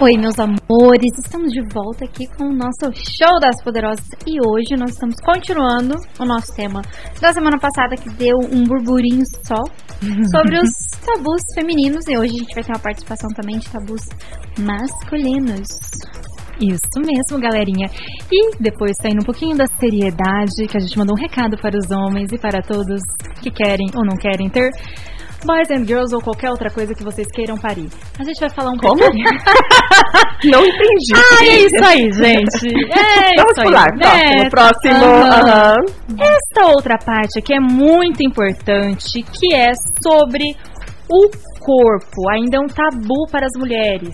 Speaker 4: Oi, meus amores, estamos de volta aqui com o nosso Show das Poderosas e hoje nós estamos continuando o nosso tema da semana passada que deu um burburinho só sobre os tabus femininos e hoje a gente vai ter uma participação também de tabus masculinos.
Speaker 5: Isso mesmo, galerinha. E depois saindo um pouquinho da seriedade, que a gente mandou um recado para os homens e para todos que querem ou não querem ter boys and girls ou qualquer outra coisa que vocês queiram parir. A gente vai falar um
Speaker 3: Como?
Speaker 5: pouquinho.
Speaker 3: Não entendi.
Speaker 5: Ah, é isso aí, gente. É
Speaker 3: Vamos
Speaker 5: isso aí.
Speaker 3: pular. Próximo,
Speaker 5: É,
Speaker 3: próximo.
Speaker 5: aham.
Speaker 3: aham.
Speaker 5: Esta outra parte aqui é muito importante, que é sobre o corpo. Ainda é um tabu para as mulheres.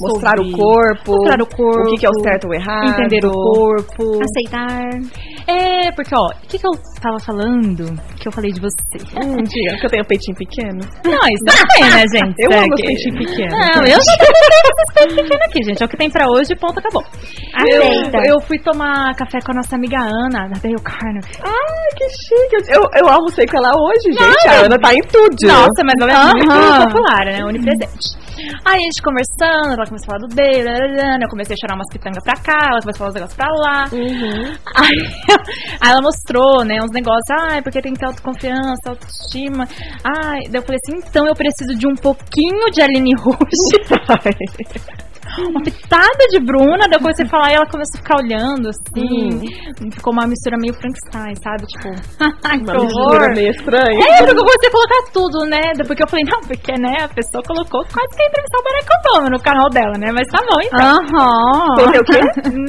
Speaker 3: Mostrar
Speaker 5: Sobre
Speaker 3: o corpo.
Speaker 5: mostrar o corpo,
Speaker 3: que que é o certo ou errado.
Speaker 5: Entender o corpo.
Speaker 4: Aceitar.
Speaker 5: É, porque, ó, o que, que eu tava falando que eu falei de você?
Speaker 3: Hum, diga que eu tenho peitinho pequeno.
Speaker 5: Não, isso não tem, né, gente?
Speaker 3: Eu
Speaker 5: É
Speaker 3: amo
Speaker 5: que-
Speaker 3: peitinho pequeno.
Speaker 5: Não, eu já tô essas coisas pequenas aqui, gente. É o que tem pra hoje, ponto, acabou.
Speaker 4: Aceita.
Speaker 5: Eu, eu fui tomar café com a nossa amiga Ana, da Dale Carnegie.
Speaker 3: Ai, que chique. Eu, eu almocei com ela hoje, gente.
Speaker 5: mas-
Speaker 3: A Ana tá em tudo.
Speaker 5: Nossa, mas ela é
Speaker 3: Aham.
Speaker 5: muito popular, né? Onipresente. Aí a gente conversando, ela começou a falar do dele, blá, blá, blá, né? eu comecei a chorar umas pitangas pra cá, ela começou a falar uns negócios pra lá. Aí, aí ela mostrou, né, uns negócios, ai, porque tem que ter autoconfiança, autoestima. Ai, daí eu falei assim, então eu preciso de um pouquinho de Aline Rush. Uma pitada de Bruna, daí eu comecei a falar e ela começou a ficar olhando, assim. Ficou uma mistura meio Frankenstein, sabe? Tipo, ai, que
Speaker 3: Uma mistura
Speaker 5: horror.
Speaker 3: meio estranha.
Speaker 5: É, porque eu comecei a colocar tudo, né? Porque eu falei, não, porque, né, a pessoa colocou quase que ia entrevistar o Barack Obama no canal dela, né? Mas tá bom, então.
Speaker 4: Aham.
Speaker 3: Entendeu o quê?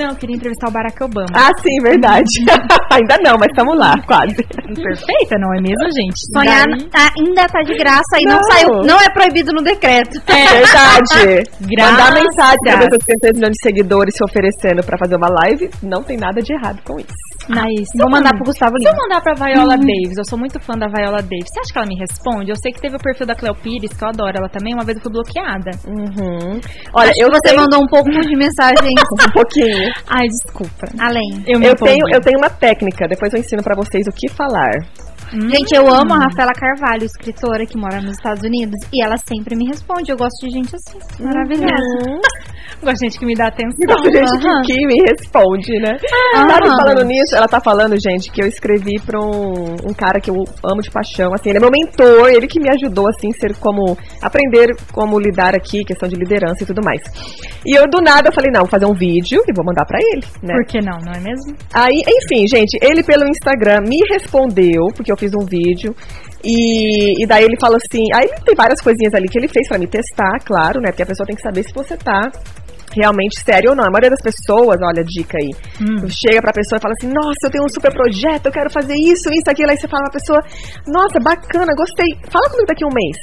Speaker 5: Não, eu queria entrevistar o Barack Obama.
Speaker 3: Ah, sim, verdade. Ainda não, mas estamos lá, quase.
Speaker 5: Perfeita, não é mesmo, gente?
Speaker 4: Sonhar
Speaker 5: Daí-
Speaker 4: tá- ainda tá de graça e não.
Speaker 3: Não.
Speaker 4: saiu. Não é proibido no decreto.
Speaker 3: É. Verdade.
Speaker 5: Graças.
Speaker 3: Mandar mensagem pra pessoa que tem 3 milhões de seguidores se oferecendo pra fazer uma live, não tem nada de errado com isso.
Speaker 5: Aí, se
Speaker 4: Vou
Speaker 5: eu
Speaker 4: mandar
Speaker 5: mand-
Speaker 4: pro Gustavo
Speaker 5: Se eu
Speaker 4: Lima. Uhum.
Speaker 5: mandar pra Viola Davis, eu sou muito fã da Viola Davis. Você acha que ela me responde? Eu sei que teve o perfil da Cleo Pires, que eu adoro ela também. Uma vez eu fui bloqueada.
Speaker 3: Uhum. Olha,
Speaker 4: Acho
Speaker 3: eu
Speaker 4: que você
Speaker 3: tenho
Speaker 4: mandou um pouco de mensagens
Speaker 3: um pouquinho.
Speaker 5: Ai, desculpa.
Speaker 4: além.
Speaker 5: me
Speaker 3: Eu tenho,
Speaker 5: empolguei.
Speaker 3: eu tenho uma técnica, depois eu ensino pra vocês o que falar.
Speaker 4: Gente, eu amo a Rafaela Carvalho, escritora que mora nos Estados Unidos, e ela sempre me responde. Eu gosto de gente assim, maravilhosa.
Speaker 5: Gosto de gente que me dá atenção.
Speaker 3: Tem Então, gente
Speaker 4: Então, Aham. Ah,
Speaker 3: que, que me responde, né?
Speaker 4: Aham.
Speaker 3: Sabe, falando nisso, ela tá falando, gente, que eu escrevi pra um, um cara que eu amo de paixão, assim, ele é meu mentor, ele que me ajudou, assim, ser como, aprender como lidar aqui, questão de liderança e tudo mais. E eu, do nada, eu falei, não, vou fazer um vídeo e vou mandar pra ele, né?
Speaker 5: Por que não, não é mesmo?
Speaker 3: Aí, enfim, gente, ele pelo Instagram me respondeu, porque eu fiz um vídeo. E, e daí ele falou assim. Aí tem várias coisinhas ali que ele fez pra me testar, claro, né? Porque a pessoa tem que saber se você tá realmente sério ou não. A maioria das pessoas, olha a dica aí,
Speaker 4: Hum.
Speaker 3: chega pra pessoa e fala assim: Nossa, eu tenho um super projeto, eu quero fazer isso, isso, aquilo. Aí você fala pra pessoa: Nossa, bacana, gostei. Fala comigo daqui a um mês.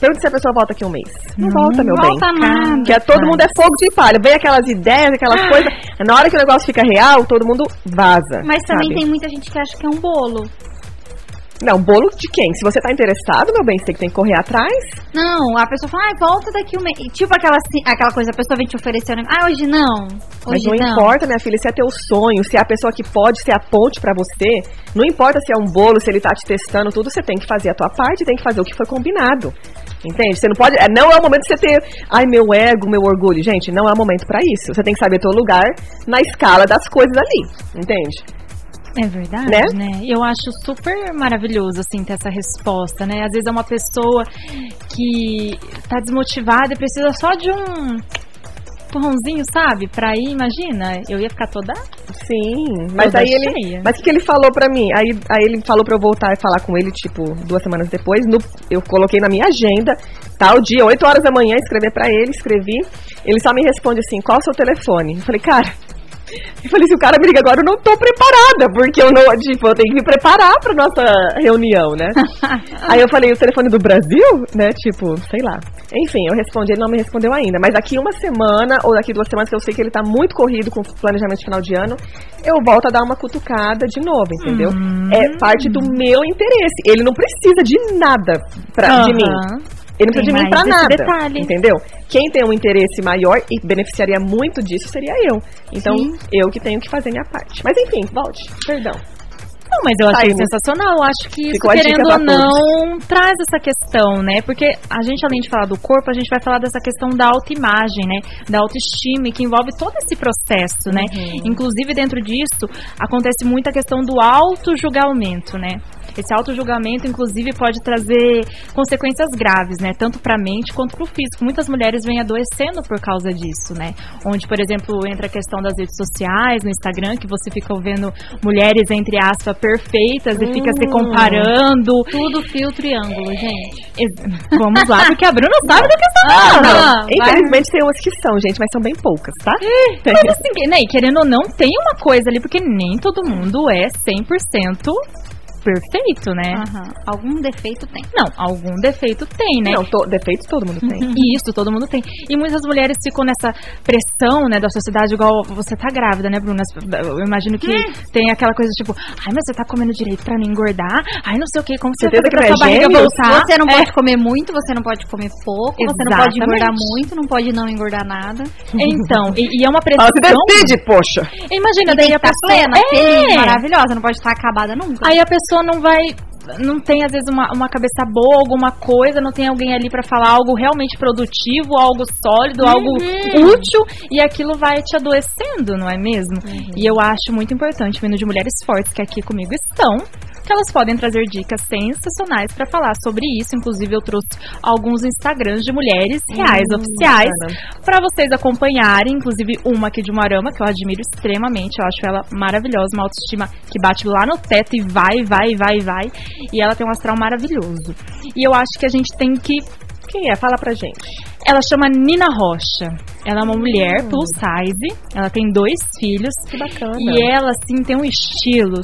Speaker 3: Pergunta se a pessoa volta aqui um mês. Não, volta, meu bem.
Speaker 4: Volta nada.
Speaker 3: Que é, todo mundo é fogo de palha. Vem aquelas ideias, aquelas
Speaker 4: Ah.
Speaker 3: coisas. Na hora que o negócio fica real, todo mundo vaza.
Speaker 4: Mas também
Speaker 3: sabe?
Speaker 4: tem muita gente que acha que é um bolo.
Speaker 3: Não, bolo de quem? Se você tá interessado, meu bem, você tem que correr atrás.
Speaker 4: Não, a pessoa fala, ai, volta daqui um mês. E Tipo aquela, assim- aquela coisa, a pessoa vem te oferecer um negócio. Ah, hoje não.
Speaker 3: Mas
Speaker 4: Hoje
Speaker 3: não, importa, minha filha, se é teu sonho, se é a pessoa que pode ser a ponte pra você. Não importa se é um bolo, se ele tá te testando, tudo, você tem que fazer a tua parte, tem que fazer o que foi combinado. Entende? Você não pode. é, Não é o momento de você ter. Ai, meu ego, meu orgulho. Gente, não é o momento pra isso. Você tem que saber teu lugar na escala das coisas ali. Entende?
Speaker 5: É verdade,
Speaker 3: Né?
Speaker 5: né? Eu acho super maravilhoso, assim, ter essa resposta, né? Às vezes é uma pessoa que tá desmotivada e precisa só de um empurrãozinho, sabe? Pra ir, imagina, eu ia ficar toda...
Speaker 3: Sim, mas
Speaker 5: Toda
Speaker 3: aí ele.
Speaker 5: cheia.
Speaker 3: Mas o que, que ele falou pra mim? Aí, aí ele falou pra eu voltar e falar com ele, tipo, duas semanas depois. No, eu coloquei na minha agenda, tal dia, 8 horas da manhã, escrever pra ele, escrevi. Ele só me responde assim: qual o seu telefone? Eu falei, cara. Eu falei, se o cara me liga agora, eu não tô preparada, porque eu não, tipo, eu tenho que me preparar pra nossa reunião, né? Aí eu falei, o telefone do Brasil, né? Tipo, sei lá. Enfim, eu respondi, ele não me respondeu ainda. Mas daqui uma semana, ou daqui duas semanas, que eu sei que ele tá muito corrido com o planejamento de final de ano, eu volto a dar uma cutucada de novo, entendeu?
Speaker 5: Hum.
Speaker 3: É parte do meu interesse. Ele não precisa de nada pra, de mim.
Speaker 5: Aham.
Speaker 3: Ele não precisa de
Speaker 5: Tem
Speaker 3: mim pra
Speaker 5: mais esse
Speaker 3: nada.
Speaker 5: detalhe.
Speaker 3: Entendeu? Quem tem um interesse maior e beneficiaria muito disso seria eu. Então,
Speaker 4: Sim.
Speaker 3: eu que tenho que fazer minha parte. Mas enfim, volte. Perdão.
Speaker 5: Não, mas eu achei
Speaker 3: Saímos.
Speaker 5: sensacional. Eu acho que isso,
Speaker 3: Tá Ficou a dica
Speaker 5: querendo
Speaker 3: pra
Speaker 5: ou não, Então, traz essa questão, né? Porque a gente, além de falar do corpo, a gente vai falar dessa questão da autoimagem, né? Da autoestima, e que envolve todo esse processo, né? Inclusive, dentro disso, acontece muito a questão do auto-julgamento, né? Esse auto-julgamento, inclusive, pode trazer consequências graves, né? Tanto para a mente quanto para o físico. Muitas mulheres vêm adoecendo por causa disso, né? Onde, por exemplo, entra a questão das redes sociais, no Instagram, que você fica vendo mulheres, entre aspas, perfeitas e fica se comparando.
Speaker 4: Tudo filtro e ângulo, gente.
Speaker 5: E- Vamos lá, porque a Bruna sabe do que está
Speaker 4: Ah,
Speaker 5: falando.
Speaker 4: não. vai.
Speaker 3: Então, Infelizmente tem umas que são, gente, mas são bem poucas, tá?
Speaker 5: Mas assim, né, e querendo ou não, tem uma coisa ali, porque nem todo mundo é 100% perfeito, né?
Speaker 4: Aham. Algum defeito tem.
Speaker 5: Não, algum defeito tem, né? Uhum.
Speaker 3: Não, to, defeitos todo mundo tem.
Speaker 5: E isso todo mundo tem. E muitas mulheres ficam nessa pressão, né, da sociedade, igual você tá grávida, né, Bruna? Eu imagino que tem aquela coisa tipo, ai, mas você tá comendo direito pra não engordar? Ai, não sei o que, como você vai
Speaker 3: Certeza
Speaker 5: fazer
Speaker 3: que
Speaker 5: pra
Speaker 3: não é
Speaker 5: sua barriga
Speaker 3: gêmeos?
Speaker 5: voltar?
Speaker 4: Você não
Speaker 5: É,
Speaker 4: pode comer muito, você não pode comer pouco, você não pode
Speaker 5: Exatamente.
Speaker 4: engordar muito, não pode não engordar nada.
Speaker 5: Então, e, e é uma
Speaker 3: Ela
Speaker 5: pressão.
Speaker 3: se decide, poxa.
Speaker 4: E tem
Speaker 5: Imagina, daí
Speaker 4: que
Speaker 5: a
Speaker 4: estar tá
Speaker 5: pessoa.
Speaker 4: plena,
Speaker 5: É!
Speaker 4: feliz, maravilhosa, não pode estar acabada nunca.
Speaker 5: Aí a pessoa não vai. Não tem, às vezes, uma, uma cabeça boa, alguma coisa, não tem alguém ali pra falar algo realmente produtivo, algo sólido, algo útil, e aquilo vai te adoecendo, não é mesmo? E eu acho muito importante o hino de mulheres fortes que aqui comigo estão, que elas podem trazer dicas sensacionais pra falar sobre isso. Inclusive, eu trouxe alguns Instagrams de mulheres reais, oficiais, Pra vocês acompanharem, inclusive uma aqui de Moarama, que eu admiro extremamente, eu acho ela maravilhosa, uma autoestima que bate lá no teto e vai, vai, vai, vai, e ela tem um astral maravilhoso. E eu acho que a gente tem que
Speaker 3: Quem é? Fala pra gente.
Speaker 5: ela chama Nina Rocha. Ela é uma mulher plus size, ela tem dois filhos.
Speaker 3: Que bacana.
Speaker 5: E ela, assim, tem um estilo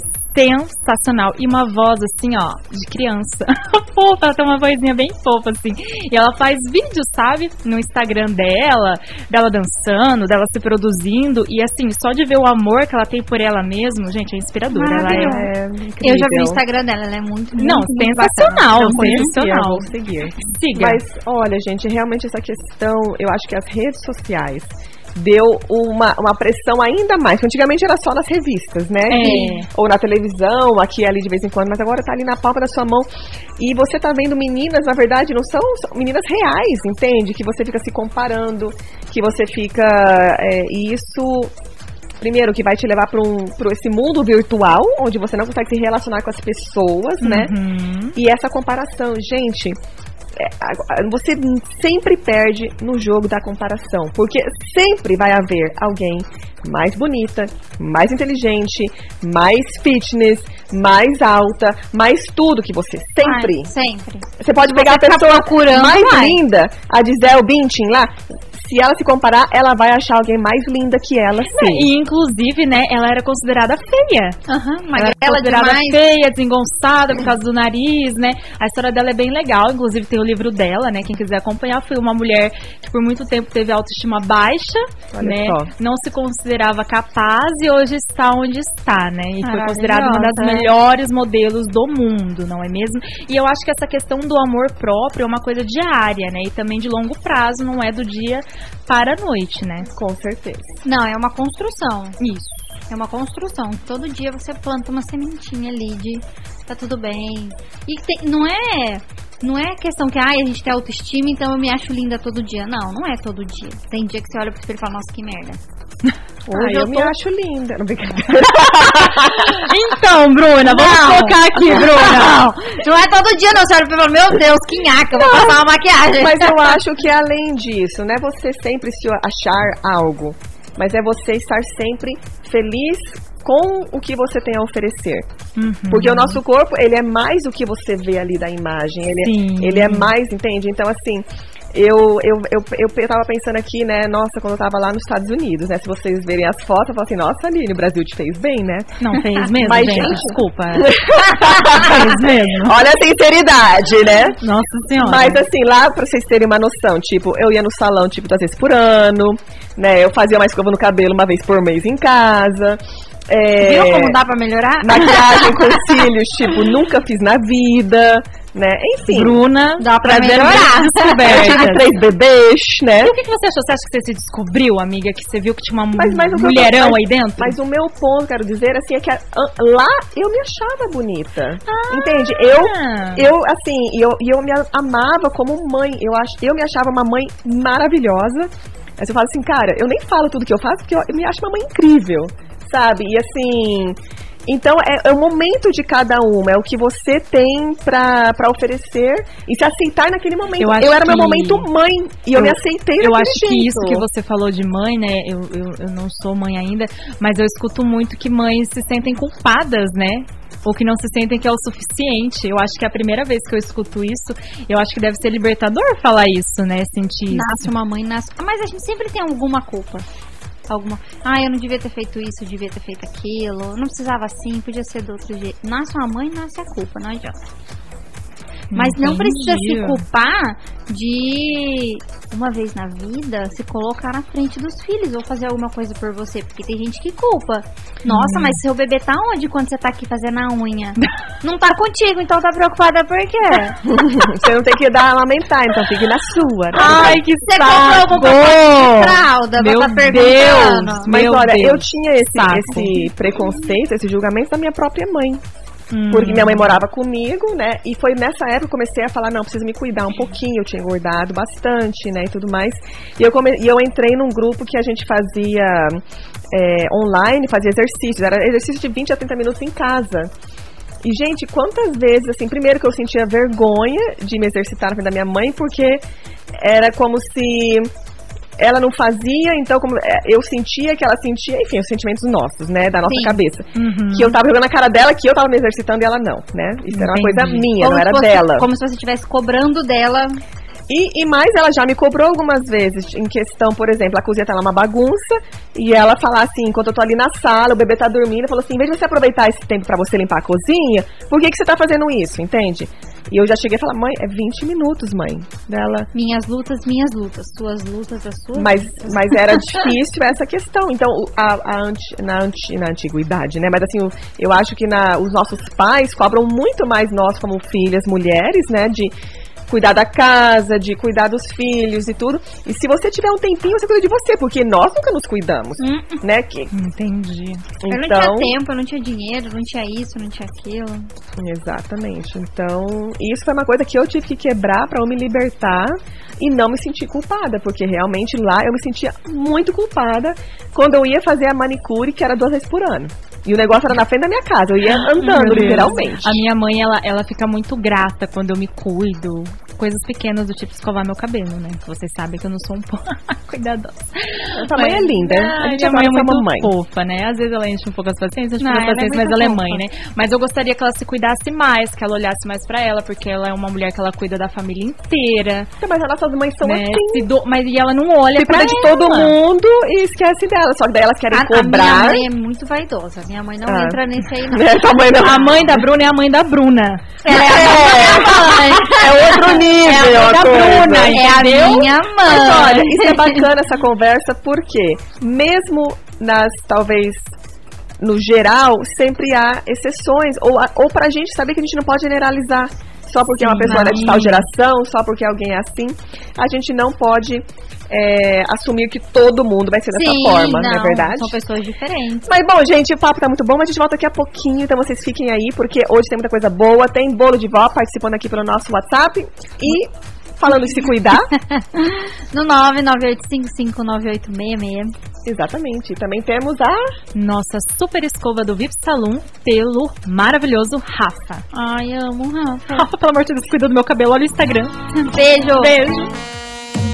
Speaker 5: sensacional. E uma voz, assim, ó, de criança. fofa, ela tem uma vozinha bem fofa, assim. E ela faz vídeos, sabe? No Instagram dela, dela dançando, dela se produzindo. E, assim, só de ver o amor que ela tem por ela mesma, gente, é inspiradora. Ela é
Speaker 4: Maravilhosa.
Speaker 3: É
Speaker 4: eu já vi o
Speaker 3: incrível.
Speaker 4: Instagram dela, ela é muito, muito
Speaker 5: Não,
Speaker 4: muito
Speaker 5: é sensacional,
Speaker 3: Não conhecia,
Speaker 5: sensacional.
Speaker 3: vou seguir.
Speaker 5: Siga.
Speaker 3: Mas olha, gente, realmente essa questão, eu acho que as redes sociais deu uma, uma pressão ainda mais. Antigamente era só nas revistas, né?
Speaker 5: É.
Speaker 3: Ou na televisão, aqui e ali de vez em quando, mas agora tá ali na palma da sua mão. E você tá vendo meninas, na verdade, não são, são meninas reais, entende? Que você fica se comparando, que você fica. é, e isso. Primeiro, que vai te levar para um, pra esse mundo virtual, onde você não consegue se relacionar com as pessoas, né? E essa comparação, gente, é, a- a- você sempre perde no jogo da comparação, porque sempre vai haver alguém mais bonita, mais inteligente, mais fitness, mais alta, mais tudo que você. Sempre.
Speaker 4: Ai, sempre.
Speaker 3: Você pode pegar a pessoa
Speaker 4: procurando,
Speaker 3: mais
Speaker 4: vai.
Speaker 3: linda, a Gisele Bündchen lá, se ela se comparar, ela vai achar alguém mais linda que ela, sim.
Speaker 5: E, inclusive, né, ela era considerada feia.
Speaker 4: Aham,
Speaker 5: Ela é
Speaker 4: magrela
Speaker 5: considerada
Speaker 4: demais.
Speaker 5: feia, desengonçada por causa do nariz, né? A história dela é bem legal, inclusive tem o livro dela, né? Quem quiser acompanhar, foi uma mulher que por muito tempo teve autoestima baixa,
Speaker 3: Olha
Speaker 5: né?
Speaker 3: só.
Speaker 5: Não se considerava capaz e hoje está onde está, né? E foi
Speaker 4: Maravilhosa,
Speaker 5: considerada uma das
Speaker 4: né?
Speaker 5: melhores modelos do mundo, não é mesmo? E eu acho que essa questão do amor próprio é uma coisa diária, né? E também de longo prazo, não é do dia para a noite, né?
Speaker 3: Com certeza.
Speaker 4: Não, é uma construção.
Speaker 5: Isso.
Speaker 4: É uma construção. Todo dia você planta uma sementinha ali de tá tudo bem. E tem- não é não é questão que ai, a gente tem autoestima, então eu me acho linda todo dia. Não, não é todo dia. Tem dia que você olha pro espelho e fala, nossa, que merda.
Speaker 3: Hoje
Speaker 4: eu
Speaker 3: eu, me
Speaker 4: tô-
Speaker 3: acho linda. Não, brincadeira.
Speaker 5: Então, Bruna, vamos
Speaker 4: Não.
Speaker 5: focar aqui, Bruna.
Speaker 4: Não, não é todo dia, não. Você olha pro espelho e fala, meu Deus, que nhaca, eu vou passar uma maquiagem.
Speaker 3: Mas eu acho que além disso, não é você sempre se achar algo, mas é você estar sempre feliz com o que você tem a oferecer. Porque o nosso corpo, ele é mais o que você vê ali da imagem, ele,
Speaker 5: Sim.
Speaker 3: é- ele é mais, entende? Então, assim, eu, eu, eu, eu, pe- tava pensando aqui, né, nossa, quando eu tava lá nos Estados Unidos, né, se vocês verem as fotos, eu falo assim, nossa, Aline, o Brasil te fez bem, né?
Speaker 5: Não fez mesmo,
Speaker 3: Mas,
Speaker 5: gente.
Speaker 3: gente-
Speaker 5: Desculpa. fez mesmo.
Speaker 3: Olha a sinceridade, né?
Speaker 5: Nossa senhora.
Speaker 3: Mas assim, lá pra vocês terem uma noção, tipo, eu ia no salão, tipo, duas vezes por ano, né? Eu fazia uma escova no cabelo uma vez por mês em casa. é,
Speaker 4: Viu como dá pra melhorar?
Speaker 3: Maquiagem com cílios, tipo, nunca fiz na vida, né? Enfim.
Speaker 5: Bruna,
Speaker 4: Dá pra
Speaker 5: trazendo
Speaker 4: melhorar.
Speaker 5: grandes
Speaker 3: Eu tive
Speaker 5: descobertas.
Speaker 3: três bebês, né?
Speaker 5: E o que, que você achou? Você acha que você se descobriu, amiga? Que você viu que tinha uma
Speaker 3: Mas- mas o que eu-
Speaker 5: mulherão
Speaker 3: mas-
Speaker 5: aí dentro?
Speaker 3: Mas o meu ponto, quero dizer, assim, é que a- a- lá eu me achava bonita. Entende? Eu,
Speaker 5: Ah.
Speaker 3: eu assim, e eu, e eu me a- amava como mãe. Eu, ach, eu me achava uma mãe maravilhosa. Aí você fala assim, cara, eu nem falo tudo que eu faço, porque eu, eu me acho uma mãe incrível, sabe? E assim. Então é, é o momento de cada uma, é o que você tem pra, pra oferecer e se aceitar naquele momento.
Speaker 5: Eu
Speaker 3: Eu,
Speaker 5: acho
Speaker 3: era meu
Speaker 5: que-
Speaker 3: momento mãe e eu,
Speaker 5: eu-
Speaker 3: me aceitei
Speaker 5: eu
Speaker 3: daquele
Speaker 5: acho que isso que
Speaker 3: jeito.
Speaker 5: você falou de mãe, né? Eu, eu, eu não sou mãe ainda, mas eu escuto muito que mães se sentem culpadas, né? Ou que não se sentem que é o suficiente. Eu acho que é a primeira vez que eu escuto isso. Eu acho que deve ser libertador falar isso, né? Sentir isso.
Speaker 4: Nasce uma mãe, nasce. Mas a gente sempre tem alguma culpa. alguma. Ah, eu não devia ter feito isso, eu devia ter feito aquilo. Não precisava assim, podia ser do outro jeito. Na sua mãe nasce a culpa, não adianta. Mas não precisa se
Speaker 5: Entendi.
Speaker 4: culpar de uma vez na vida se colocar na frente dos filhos ou fazer alguma coisa por você, porque tem gente que culpa.
Speaker 5: Hum.
Speaker 4: Nossa, mas seu bebê tá onde quando você tá aqui fazendo a unha? não tá contigo, então tá preocupada por quê?
Speaker 3: Você não tem que dar a lamentar, então fique na sua. né?
Speaker 5: Ai, que
Speaker 4: Você comprou algum pacote de fralda?
Speaker 5: Meu
Speaker 4: tá perguntando.
Speaker 5: Deus!
Speaker 3: Mas
Speaker 5: meu
Speaker 3: olha,
Speaker 5: Deus.
Speaker 3: eu tinha esse,
Speaker 5: Saco.
Speaker 3: esse preconceito, esse julgamento da minha própria mãe.
Speaker 5: Hum.
Speaker 3: Porque minha mãe morava comigo, né? E foi nessa época que eu comecei a falar, não, preciso me cuidar um pouquinho, eu tinha engordado bastante, né? E tudo mais. E eu, come- e eu entrei num grupo que a gente fazia é, online, fazia exercícios. Era exercício de 20 a 30 minutos em casa. E, gente, quantas vezes, assim, primeiro que eu sentia vergonha de me exercitar na frente da minha mãe, porque era como se ela não fazia, então como é, eu sentia que ela sentia, enfim, os sentimentos nossos, né, da nossa
Speaker 4: Sim.
Speaker 3: cabeça.
Speaker 5: Uhum.
Speaker 3: Que eu tava jogando na cara dela que eu tava me exercitando e ela não, né? Isso era uma coisa
Speaker 5: Entendi.
Speaker 3: minha, não
Speaker 4: se
Speaker 3: era
Speaker 4: fosse-
Speaker 3: dela.
Speaker 4: Como se você estivesse cobrando dela.
Speaker 3: E, e mais, ela já me cobrou algumas vezes, em questão, por exemplo, a cozinha tá lá uma bagunça, e ela falar assim, enquanto eu tô ali na sala, o bebê tá dormindo, falou assim, em vez de você aproveitar esse tempo pra você limpar a cozinha, por que que você tá fazendo isso, entende? E eu já cheguei a falar, mãe, é 20 minutos, mãe, dela.
Speaker 4: Minhas lutas, minhas lutas. Suas lutas, as suas.
Speaker 3: Mas, mas era difícil essa questão. Então, o- a, a anti- na, anti- na antiguidade, né? Mas assim, o- eu acho que na- os nossos pais cobram muito mais nós como filhas, mulheres, né? De cuidar da casa, de cuidar dos filhos e tudo. E se você tiver um tempinho, você cuida de você, porque nós nunca nos cuidamos,
Speaker 4: Hum,
Speaker 3: né? Que,
Speaker 5: Entendi.
Speaker 4: Eu não
Speaker 3: então,
Speaker 4: tinha tempo, eu não tinha dinheiro, eu não tinha isso, eu não tinha aquilo.
Speaker 3: exatamente. Então, isso foi uma coisa que eu tive que quebrar pra eu me libertar e não me sentir culpada, porque realmente lá eu me sentia muito culpada quando eu ia fazer a manicure, que era duas vezes por ano. E o negócio era na frente da minha casa, eu ia andando,
Speaker 5: Meu Deus.
Speaker 3: literalmente.
Speaker 5: Uhum. A minha mãe, ela, ela fica muito grata quando eu me cuido. Coisas pequenas do tipo escovar meu cabelo, né? Vocês sabem que eu não sou um pouco cuidadosa.
Speaker 3: Sua mãe é linda, hein?
Speaker 5: Ah,
Speaker 3: a gente
Speaker 5: minha
Speaker 3: adora
Speaker 5: mãe é
Speaker 3: sua
Speaker 5: muito
Speaker 3: mamãe.
Speaker 5: fofa, né? Às vezes ela enche um pouco as paciências, enche um pouco
Speaker 4: Não,
Speaker 5: as
Speaker 4: ela é
Speaker 5: paciências,
Speaker 4: muito
Speaker 5: mas ela é
Speaker 4: fofa.
Speaker 5: mãe, né? Mas eu gostaria que ela se cuidasse mais, que ela olhasse mais pra ela, porque ela é uma mulher que ela cuida da família inteira,
Speaker 3: Mas as nossas mães são
Speaker 5: né?
Speaker 3: assim.
Speaker 5: Se do- Mas e ela não olha
Speaker 3: Você
Speaker 5: pra
Speaker 3: cuida de todo
Speaker 5: ela.
Speaker 3: mundo e esquece dela. Só que daí elas querem
Speaker 4: A, a minha
Speaker 3: cobrar.
Speaker 4: mãe é muito vaidosa. Minha mãe não
Speaker 3: Ah.
Speaker 4: entra nesse aí, não.
Speaker 3: Né? Sua mãe não.
Speaker 5: A mãe da Bruna é a mãe da Bruna.
Speaker 4: Ela é a minha mãe.
Speaker 3: É outro nível.
Speaker 5: a mãe da
Speaker 3: a coisa.
Speaker 5: Bruna,
Speaker 4: É a
Speaker 5: entendeu?
Speaker 4: minha
Speaker 3: Mas olha,
Speaker 4: mãe.
Speaker 3: isso é bacana essa conversa porque mesmo nas talvez no geral sempre há exceções ou a- ou pra gente saber que a gente não pode generalizar só porque uma
Speaker 5: Sim,
Speaker 3: pessoa é de
Speaker 5: não.
Speaker 3: tal geração, só porque alguém é assim, a gente não pode é, assumir que todo mundo vai ser dessa
Speaker 4: Sim,
Speaker 3: forma, não é
Speaker 4: não,
Speaker 3: verdade?
Speaker 4: São pessoas diferentes.
Speaker 3: Mas bom, gente, o papo tá muito bom, mas a gente volta aqui a pouquinho, então vocês fiquem aí, porque hoje tem muita coisa boa, tem bolo de vó participando aqui pelo nosso WhatsApp e falando de se cuidar.
Speaker 4: No 998559866.
Speaker 3: Exatamente. E também temos a.
Speaker 5: Nossa super escova do VIP Saloon pelo maravilhoso Rafa.
Speaker 4: Ai, amo, Rafa.
Speaker 5: Rafa, pelo amor de Deus, cuida do meu cabelo, olha o Instagram.
Speaker 4: Beijo.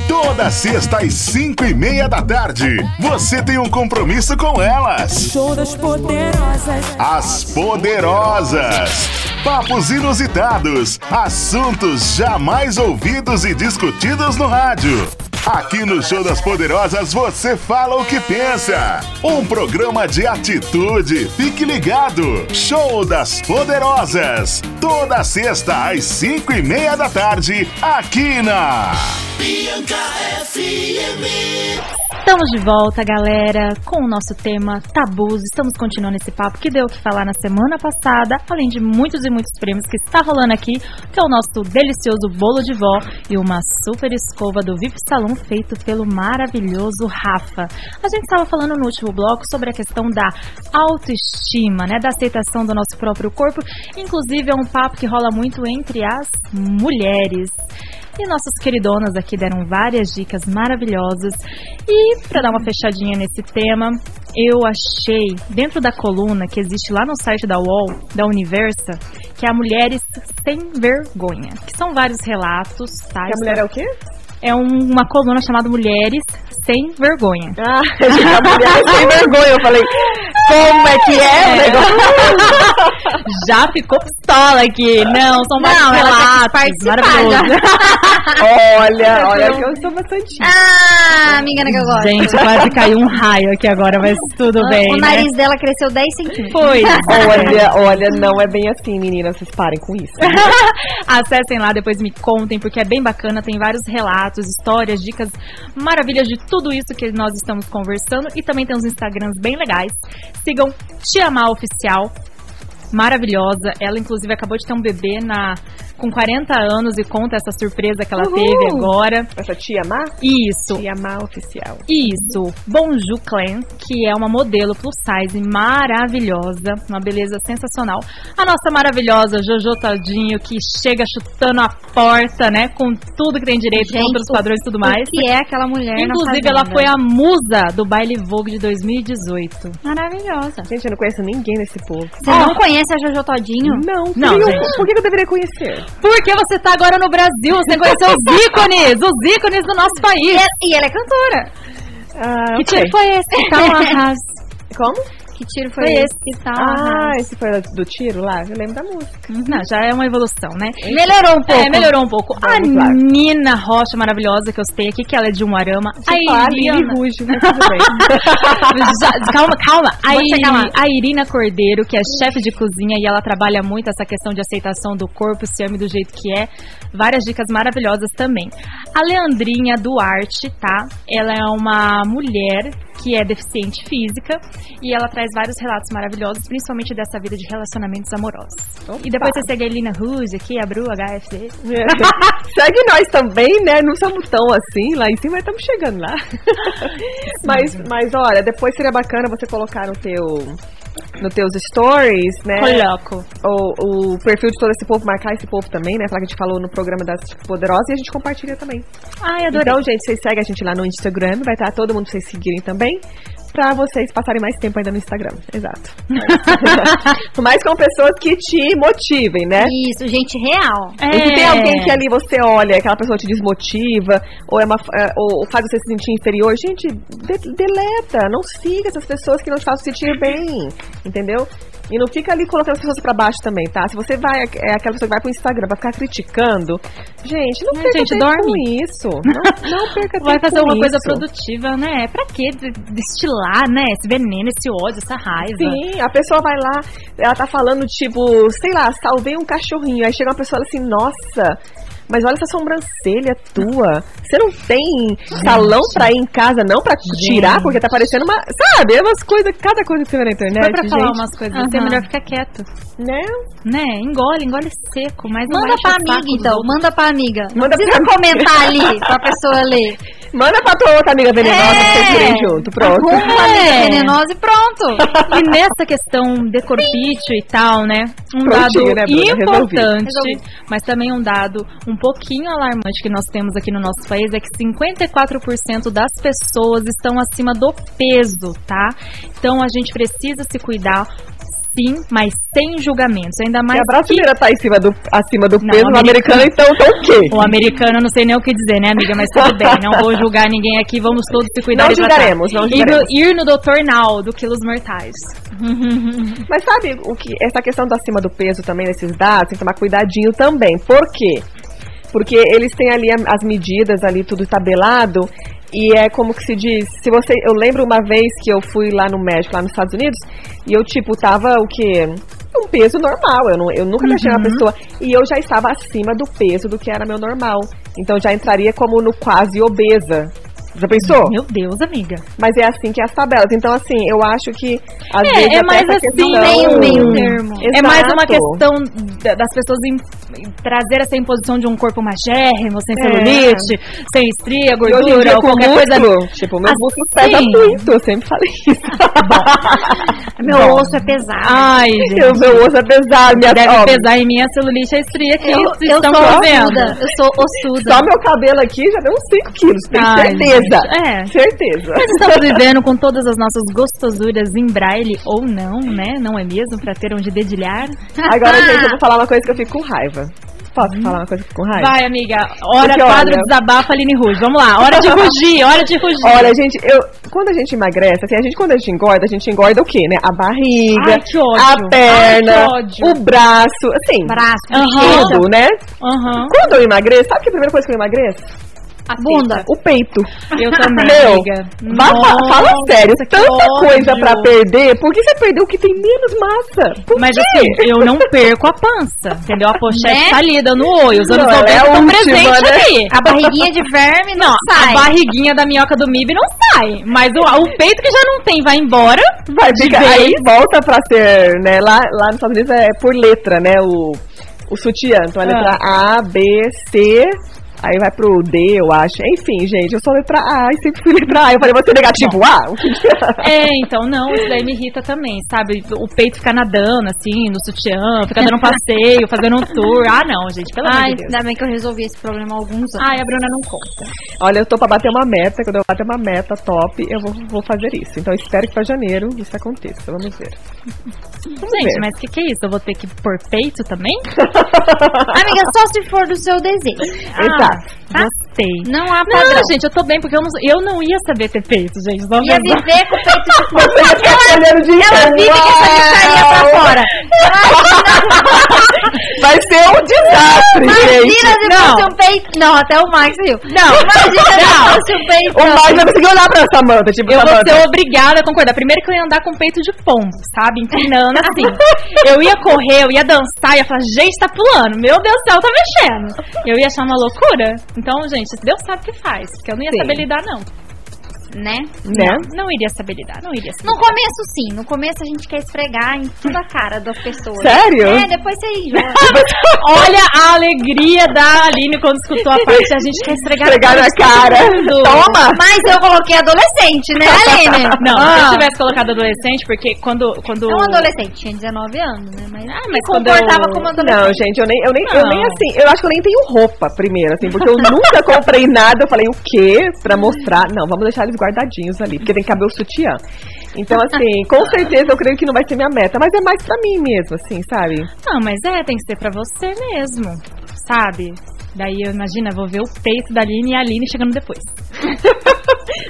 Speaker 6: Toda sexta às 5 e meia da tarde, você tem um compromisso com elas.
Speaker 7: Show das poderosas.
Speaker 6: As Poderosas. Papos inusitados, assuntos jamais ouvidos e discutidos no rádio. Aqui no Show das Poderosas você fala o que pensa. Um programa de atitude. Fique ligado. Show das Poderosas. Toda sexta às cinco e meia da tarde, aqui na.
Speaker 5: Estamos de volta, galera, com o nosso tema tabus. Estamos continuando esse papo que deu o que falar na semana passada, além de muitos e muitos prêmios que está rolando aqui, que é o nosso delicioso bolo de vó e uma super escova do VIP Salão feito pelo maravilhoso Rafa. A gente estava falando no último bloco sobre a questão da autoestima, né, da aceitação do nosso próprio corpo. Inclusive é um papo que rola muito entre as mulheres. E nossas queridonas aqui deram várias dicas maravilhosas. E para dar uma fechadinha nesse tema, eu achei dentro da coluna que existe lá no site da UOL, da Universa, que é Mulheres Sem Vergonha. Que são vários relatos, tá?
Speaker 3: Que a mulher é o quê?
Speaker 5: É um- uma coluna chamada Mulheres Sem Vergonha.
Speaker 3: Ah, a mulher é sem vergonha, eu falei.
Speaker 5: Como é que é o negócio? Já ficou pistola aqui. Não, são vários
Speaker 4: Não, ela quer
Speaker 5: relatos.
Speaker 4: participar
Speaker 5: Maravilhoso.
Speaker 3: Olha, olha que eu sou bastante.
Speaker 4: Ah, amiga Ana que eu gosto.
Speaker 5: Gente, quase caiu um raio aqui agora, mas tudo
Speaker 4: o,
Speaker 5: bem.
Speaker 4: Ah, o
Speaker 5: né?
Speaker 4: nariz dela cresceu 10 centímetros.
Speaker 5: Foi.
Speaker 3: Olha, olha, não é bem assim, meninas. Vocês parem com isso.
Speaker 5: Acessem lá, depois me contem, porque é bem bacana. Tem vários relatos, histórias, dicas maravilhas de tudo isso que nós estamos conversando. E também tem uns Instagrams bem legais. Sigam Tiamar Oficial. Maravilhosa. Ela, inclusive, acabou de ter um bebê na com 40 anos e conta essa surpresa que ela
Speaker 4: Uhul.
Speaker 5: teve agora.
Speaker 3: Essa tia Má?
Speaker 5: Isso.
Speaker 3: Tia Má oficial.
Speaker 5: Isso, Bonju Clan, que é uma modelo plus size maravilhosa, uma beleza sensacional. A nossa maravilhosa Jojo Todinho, que chega chutando a porta, né, com tudo que tem direito,
Speaker 4: Gente,
Speaker 5: contra os padrões e tudo mais.
Speaker 4: O que é aquela mulher na
Speaker 5: Inclusive, ela
Speaker 4: fazenda?
Speaker 5: foi a musa do baile Vogue de 2018.
Speaker 4: Maravilhosa.
Speaker 3: Gente, eu não conheço ninguém nesse povo.
Speaker 4: Você
Speaker 5: Ah.
Speaker 4: não conhece a Jojo
Speaker 5: Hum.
Speaker 4: Todinho?
Speaker 3: Não,
Speaker 5: Não,
Speaker 3: por que eu-
Speaker 5: gente.
Speaker 3: por que eu deveria conhecer?
Speaker 5: Porque você tá agora no Brasil, você conheceu os ícones, os ícones do nosso
Speaker 4: E
Speaker 5: país.
Speaker 4: ela, e ela é cantora.
Speaker 3: Ah,
Speaker 5: Que
Speaker 3: ok.
Speaker 5: tipo foi esse? Calma, arraso.
Speaker 3: Como?
Speaker 4: Que tiro foi,
Speaker 5: Foi
Speaker 4: esse? Que tá tal?
Speaker 3: Ah,
Speaker 4: arraso?
Speaker 3: esse foi do tiro lá? Eu lembro da música.
Speaker 5: Não, já é uma evolução, né?
Speaker 4: Melhorou um pouco.
Speaker 5: É, melhorou um pouco. a
Speaker 3: Vamos lá.
Speaker 5: Nina Rocha maravilhosa que eu citei aqui, que ela é de Umuarama. A
Speaker 3: Claro, Tipo, Lili
Speaker 5: Iriana.
Speaker 3: Rujo, mas tudo bem.
Speaker 5: Já- calma, calma. A,
Speaker 4: Vou chegar lá.
Speaker 5: Iri- a Irina Cordeiro, que é chefe de cozinha e ela trabalha muito essa questão de aceitação do corpo, se ame do jeito que é. Várias dicas maravilhosas também. A Leandrinha Duarte, tá? Ela é uma mulher que é deficiente física e ela traz vários relatos maravilhosos, principalmente dessa vida de relacionamentos amorosos. E depois você segue a Irina Ruge aqui, a Bru, HFD.
Speaker 3: Segue nós também, né? Não somos tão assim lá em cima, mas estamos chegando lá. mas, mas olha, depois seria bacana você colocar no teu no teus stories, né?
Speaker 5: Coloco.
Speaker 3: O, o perfil de todo esse povo, marcar esse povo também, né? Falar que a gente falou no programa das Poderosas e a gente compartilha também.
Speaker 5: Ai, adorei.
Speaker 3: Então, gente, vocês seguem a gente lá no Instagram, vai estar todo mundo pra vocês seguirem também, pra vocês passarem mais tempo ainda no Instagram. Exato. Mas com pessoas que te motivem, né?
Speaker 4: Isso, gente real.
Speaker 5: É.
Speaker 3: E se tem alguém que ali você olha, aquela pessoa te desmotiva, ou, é uma, é, ou faz você se sentir inferior, gente, de- deleta, não siga essas pessoas que não te fazem sentir bem, entendeu? E não fica ali colocando as pessoas pra baixo também, tá? Se você vai, é aquela pessoa que vai pro Instagram pra ficar criticando, gente, não
Speaker 5: Não,
Speaker 3: perca
Speaker 5: gente,
Speaker 3: tempo
Speaker 5: dorme.
Speaker 3: com isso. Não, não perca tempo
Speaker 5: Vai fazer
Speaker 3: com
Speaker 5: uma coisa
Speaker 3: isso.
Speaker 5: produtiva, né? Pra que de- destilar, né? Esse veneno, esse ódio, essa raiva.
Speaker 3: Sim, a pessoa vai lá, ela tá falando, tipo, sei lá, salvei um cachorrinho. Aí chega uma pessoa assim, nossa, mas olha essa sobrancelha tua. Você não tem salão pra ir em casa, não, pra tirar, porque tá parecendo uma. Sabe, é umas coisas, cada coisa que você vê na internet.
Speaker 5: Foi pra falar
Speaker 3: gente,
Speaker 5: umas coisas
Speaker 4: Aham.
Speaker 5: assim, é melhor ficar quieto.
Speaker 3: né?
Speaker 5: Né? Engole, engole seco, mas não
Speaker 4: Manda
Speaker 5: vai
Speaker 4: pra
Speaker 5: encher o saco
Speaker 4: amiga,
Speaker 5: dos
Speaker 4: então.
Speaker 5: outros.
Speaker 4: Manda pra amiga. Não
Speaker 3: Manda
Speaker 4: precisa
Speaker 3: pra amiga.
Speaker 4: comentar ali pra pessoa ler.
Speaker 3: Manda pra tua outra amiga venenosa que vocês
Speaker 4: É.
Speaker 3: virem junto. Pronto.
Speaker 4: Arruma uma amiga
Speaker 5: É.
Speaker 4: venenosa e pronto.
Speaker 5: E nessa questão de corpício e tal, né? Um dado
Speaker 3: Prontinho, né, Bruna? Resolvi.
Speaker 5: importante,
Speaker 4: Resolvi.
Speaker 5: mas também um dado um pouquinho alarmante que nós temos aqui no nosso país é que 54% das pessoas estão acima do peso, tá? Então a gente precisa se cuidar, sim, mas sem julgamentos. Ainda
Speaker 3: Se
Speaker 5: mais
Speaker 3: a brasileira tá em cima do, acima do
Speaker 5: Não,
Speaker 3: peso, o americano então tá o quê?
Speaker 5: o americano, não sei nem o que dizer, né, amiga? Mas tudo bem, não vou julgar ninguém aqui, vamos todos se cuidar
Speaker 3: Não
Speaker 5: e tratar.
Speaker 3: julgaremos, não
Speaker 5: E no-
Speaker 3: julgaremos.
Speaker 5: Ir no doutor Naldo, quilos mortais.
Speaker 3: Mas sabe o que essa questão do acima do peso também nesses dados, tem que tomar cuidadinho também. Por quê? Porque eles têm ali a- as medidas ali tudo tabelado e é como que se diz, se você, eu lembro uma vez que eu fui lá no médico lá nos Estados Unidos e eu tipo tava o quê? Um peso normal, eu, não, eu nunca deixei uma pessoa. E eu já estava acima do peso do que era meu normal. Então já entraria como no quase obesa. Já pensou?
Speaker 5: Meu Deus, amiga.
Speaker 3: Mas é assim que é as tabelas. Então, assim, eu acho que às
Speaker 5: É,
Speaker 3: vezes
Speaker 5: é
Speaker 3: até
Speaker 5: mais
Speaker 3: essa
Speaker 5: assim,
Speaker 3: questão-
Speaker 4: meio- meio termo.
Speaker 5: É mais uma
Speaker 3: Exato.
Speaker 5: questão da- das pessoas em, em trazer essa imposição de um corpo magérrimo, sem
Speaker 3: É.
Speaker 5: celulite, sem estria,
Speaker 3: E hoje em
Speaker 5: gordura
Speaker 3: dia,
Speaker 5: ou
Speaker 3: com
Speaker 5: qualquer coisa.
Speaker 3: músculo, tipo, meus
Speaker 5: assim.
Speaker 3: músculos pesam muito, eu sempre falei isso.
Speaker 4: Meu
Speaker 3: Bom.
Speaker 4: osso é pesado.
Speaker 5: Ai,
Speaker 3: Eu,
Speaker 5: gente.
Speaker 3: meu osso é pesado, minha
Speaker 5: Deve
Speaker 3: ó,
Speaker 5: pesar em mim a celulite e a estria que
Speaker 4: Eu,
Speaker 5: vocês
Speaker 4: eu
Speaker 5: estão
Speaker 4: sou
Speaker 5: fazendo.
Speaker 4: ossuda. Eu sou ossuda.
Speaker 3: Só meu cabelo aqui já deu uns 5 quilos, tenho
Speaker 5: Ai,
Speaker 3: certeza.
Speaker 5: gente, é.
Speaker 3: Certeza.
Speaker 5: Estamos vivendo com todas as nossas gostosuras em braille ou não, né? Não é mesmo? Pra ter onde dedilhar.
Speaker 3: Agora, gente, eu vou falar uma coisa que eu fico com raiva. Posso falar uma coisa que fico com raiva?
Speaker 5: Vai, amiga. Hora,
Speaker 3: Porque,
Speaker 5: quadro
Speaker 3: olha-
Speaker 5: desabafa Aline Ruge. Vamos lá. Hora de rugir, hora de rugir.
Speaker 3: Olha, gente, eu, quando a gente emagrece, assim, a gente, quando a gente engorda, a gente engorda o quê, né? A barriga,
Speaker 5: Ai, que ódio.
Speaker 3: a perna,
Speaker 5: Ai, que ódio.
Speaker 3: o braço, assim,
Speaker 4: Braço,
Speaker 5: Aham.
Speaker 4: beleza.
Speaker 3: tudo, né?
Speaker 5: Aham.
Speaker 3: Quando eu emagreço, sabe que a primeira coisa que eu emagreço?
Speaker 5: A
Speaker 4: Bunda.
Speaker 5: teta.
Speaker 3: O peito.
Speaker 5: Eu também,
Speaker 3: Meu,
Speaker 5: amiga.
Speaker 3: vá- fa-
Speaker 5: Nossa,
Speaker 3: fala sério,
Speaker 5: que
Speaker 3: tanta
Speaker 5: ódio.
Speaker 3: coisa pra perder, por que você perdeu o que tem menos massa? Por
Speaker 5: Mas
Speaker 3: quê?
Speaker 5: assim, eu não perco a pança, entendeu? A pochete
Speaker 4: Né?
Speaker 5: tá ali dando oi, os anos
Speaker 3: Não, ela
Speaker 5: 90
Speaker 3: é a
Speaker 5: estão
Speaker 3: última,
Speaker 5: presentes
Speaker 3: né?
Speaker 5: ali.
Speaker 4: A barriguinha de verme não, sai.
Speaker 5: A barriguinha da minhoca do MIB não sai, mas o, o peito que já não tem vai embora.
Speaker 3: Vai
Speaker 5: de
Speaker 3: ficar,
Speaker 5: vez.
Speaker 3: aí volta pra ser, né, lá, lá nos Estados Unidos é por letra, né, o, o sutiã, então é
Speaker 5: Ah.
Speaker 3: letra A, B, C, aí vai pro D, eu acho, enfim, gente, eu sou letra A e sempre fui letra A, eu falei, você é negativo A? O que que é?
Speaker 5: É, então não, isso daí me irrita também, sabe? O peito ficar nadando assim, no sutiã, ficar dando um passeio, fazendo um tour. Ah, não, gente, pelo amor
Speaker 4: Ai,
Speaker 5: de Deus.
Speaker 4: ainda bem que eu resolvi esse problema há alguns anos.
Speaker 5: Ai, a Bruna não conta.
Speaker 3: Olha, eu tô pra bater uma meta, quando eu bater uma meta top, eu vou, vou fazer isso, então eu espero que pra janeiro isso aconteça, vamos ver.
Speaker 5: Gente,
Speaker 3: ver.
Speaker 5: mas o que, que é isso? Eu vou ter que pôr peito também?
Speaker 4: Amiga, só se for do seu desejo.
Speaker 3: Exato.
Speaker 5: Ah, gostei.
Speaker 4: Não há
Speaker 5: Não,
Speaker 4: padrão.
Speaker 5: gente, eu tô bem, porque eu não, eu não ia saber ter peito, gente. Vamos
Speaker 4: Ia
Speaker 5: ver.
Speaker 4: viver com o peito de
Speaker 3: Você já tá olhando de
Speaker 4: Ela vive com essa micharia pra fora.
Speaker 3: Vai ser um desastre, gente.
Speaker 4: Imagina se
Speaker 5: não.
Speaker 4: fosse um peito. Não, até o Max viu.
Speaker 5: Não,
Speaker 4: Imagina
Speaker 5: não.
Speaker 4: se fosse um peito.
Speaker 3: O Mike não conseguiu olhar pra Samanta, tipo,
Speaker 5: Eu vou
Speaker 3: Samanta.
Speaker 5: ser obrigada a concordar. Primeiro que eu ia andar com peito de pombo, sabe? Empinando assim. Eu ia correr, eu ia dançar, ia falar, gente, tá pulando. Meu Deus do céu, tá mexendo. Eu ia achar uma loucura. Então, gente, Deus sabe o que faz. Porque eu não ia
Speaker 3: Sim.
Speaker 5: saber lidar, não.
Speaker 4: Né?
Speaker 3: Né?
Speaker 5: Não iria saber lidar, não iria saber.
Speaker 4: No começo, sim. No começo, a gente quer esfregar em toda a cara das pessoas.
Speaker 3: Sério?
Speaker 4: É, depois você enjoa.
Speaker 5: Olha a alegria da Aline quando escutou a parte a gente quer esfregar
Speaker 3: Esfregar na
Speaker 5: de todo
Speaker 3: cara.
Speaker 5: mundo.
Speaker 3: Toma!
Speaker 4: Mas eu coloquei adolescente, né, Aline?
Speaker 5: Não, se eu
Speaker 4: Ah.
Speaker 5: tivesse colocado adolescente, porque quando. quando...
Speaker 4: É um adolescente, tinha 19 anos, né? Mas, ah, mas
Speaker 5: quando
Speaker 4: comportava
Speaker 5: eu-
Speaker 4: como
Speaker 3: Não,
Speaker 4: adolescente.
Speaker 3: gente, eu nem, eu nem, eu
Speaker 5: Não.
Speaker 3: nem assim, eu acho que eu nem tenho roupa primeiro, assim, porque eu nunca comprei nada, eu falei o quê? Pra mostrar. Não, vamos deixar eles guardadinhos ali, porque tem que caber o sutiã. Então, assim, com certeza eu creio que não vai ser minha meta, mas é mais pra mim mesmo, assim, sabe?
Speaker 5: Não, mas é, tem que ser pra você mesmo, sabe? Daí eu imagina, vou ver o peito da Aline e a Aline chegando depois.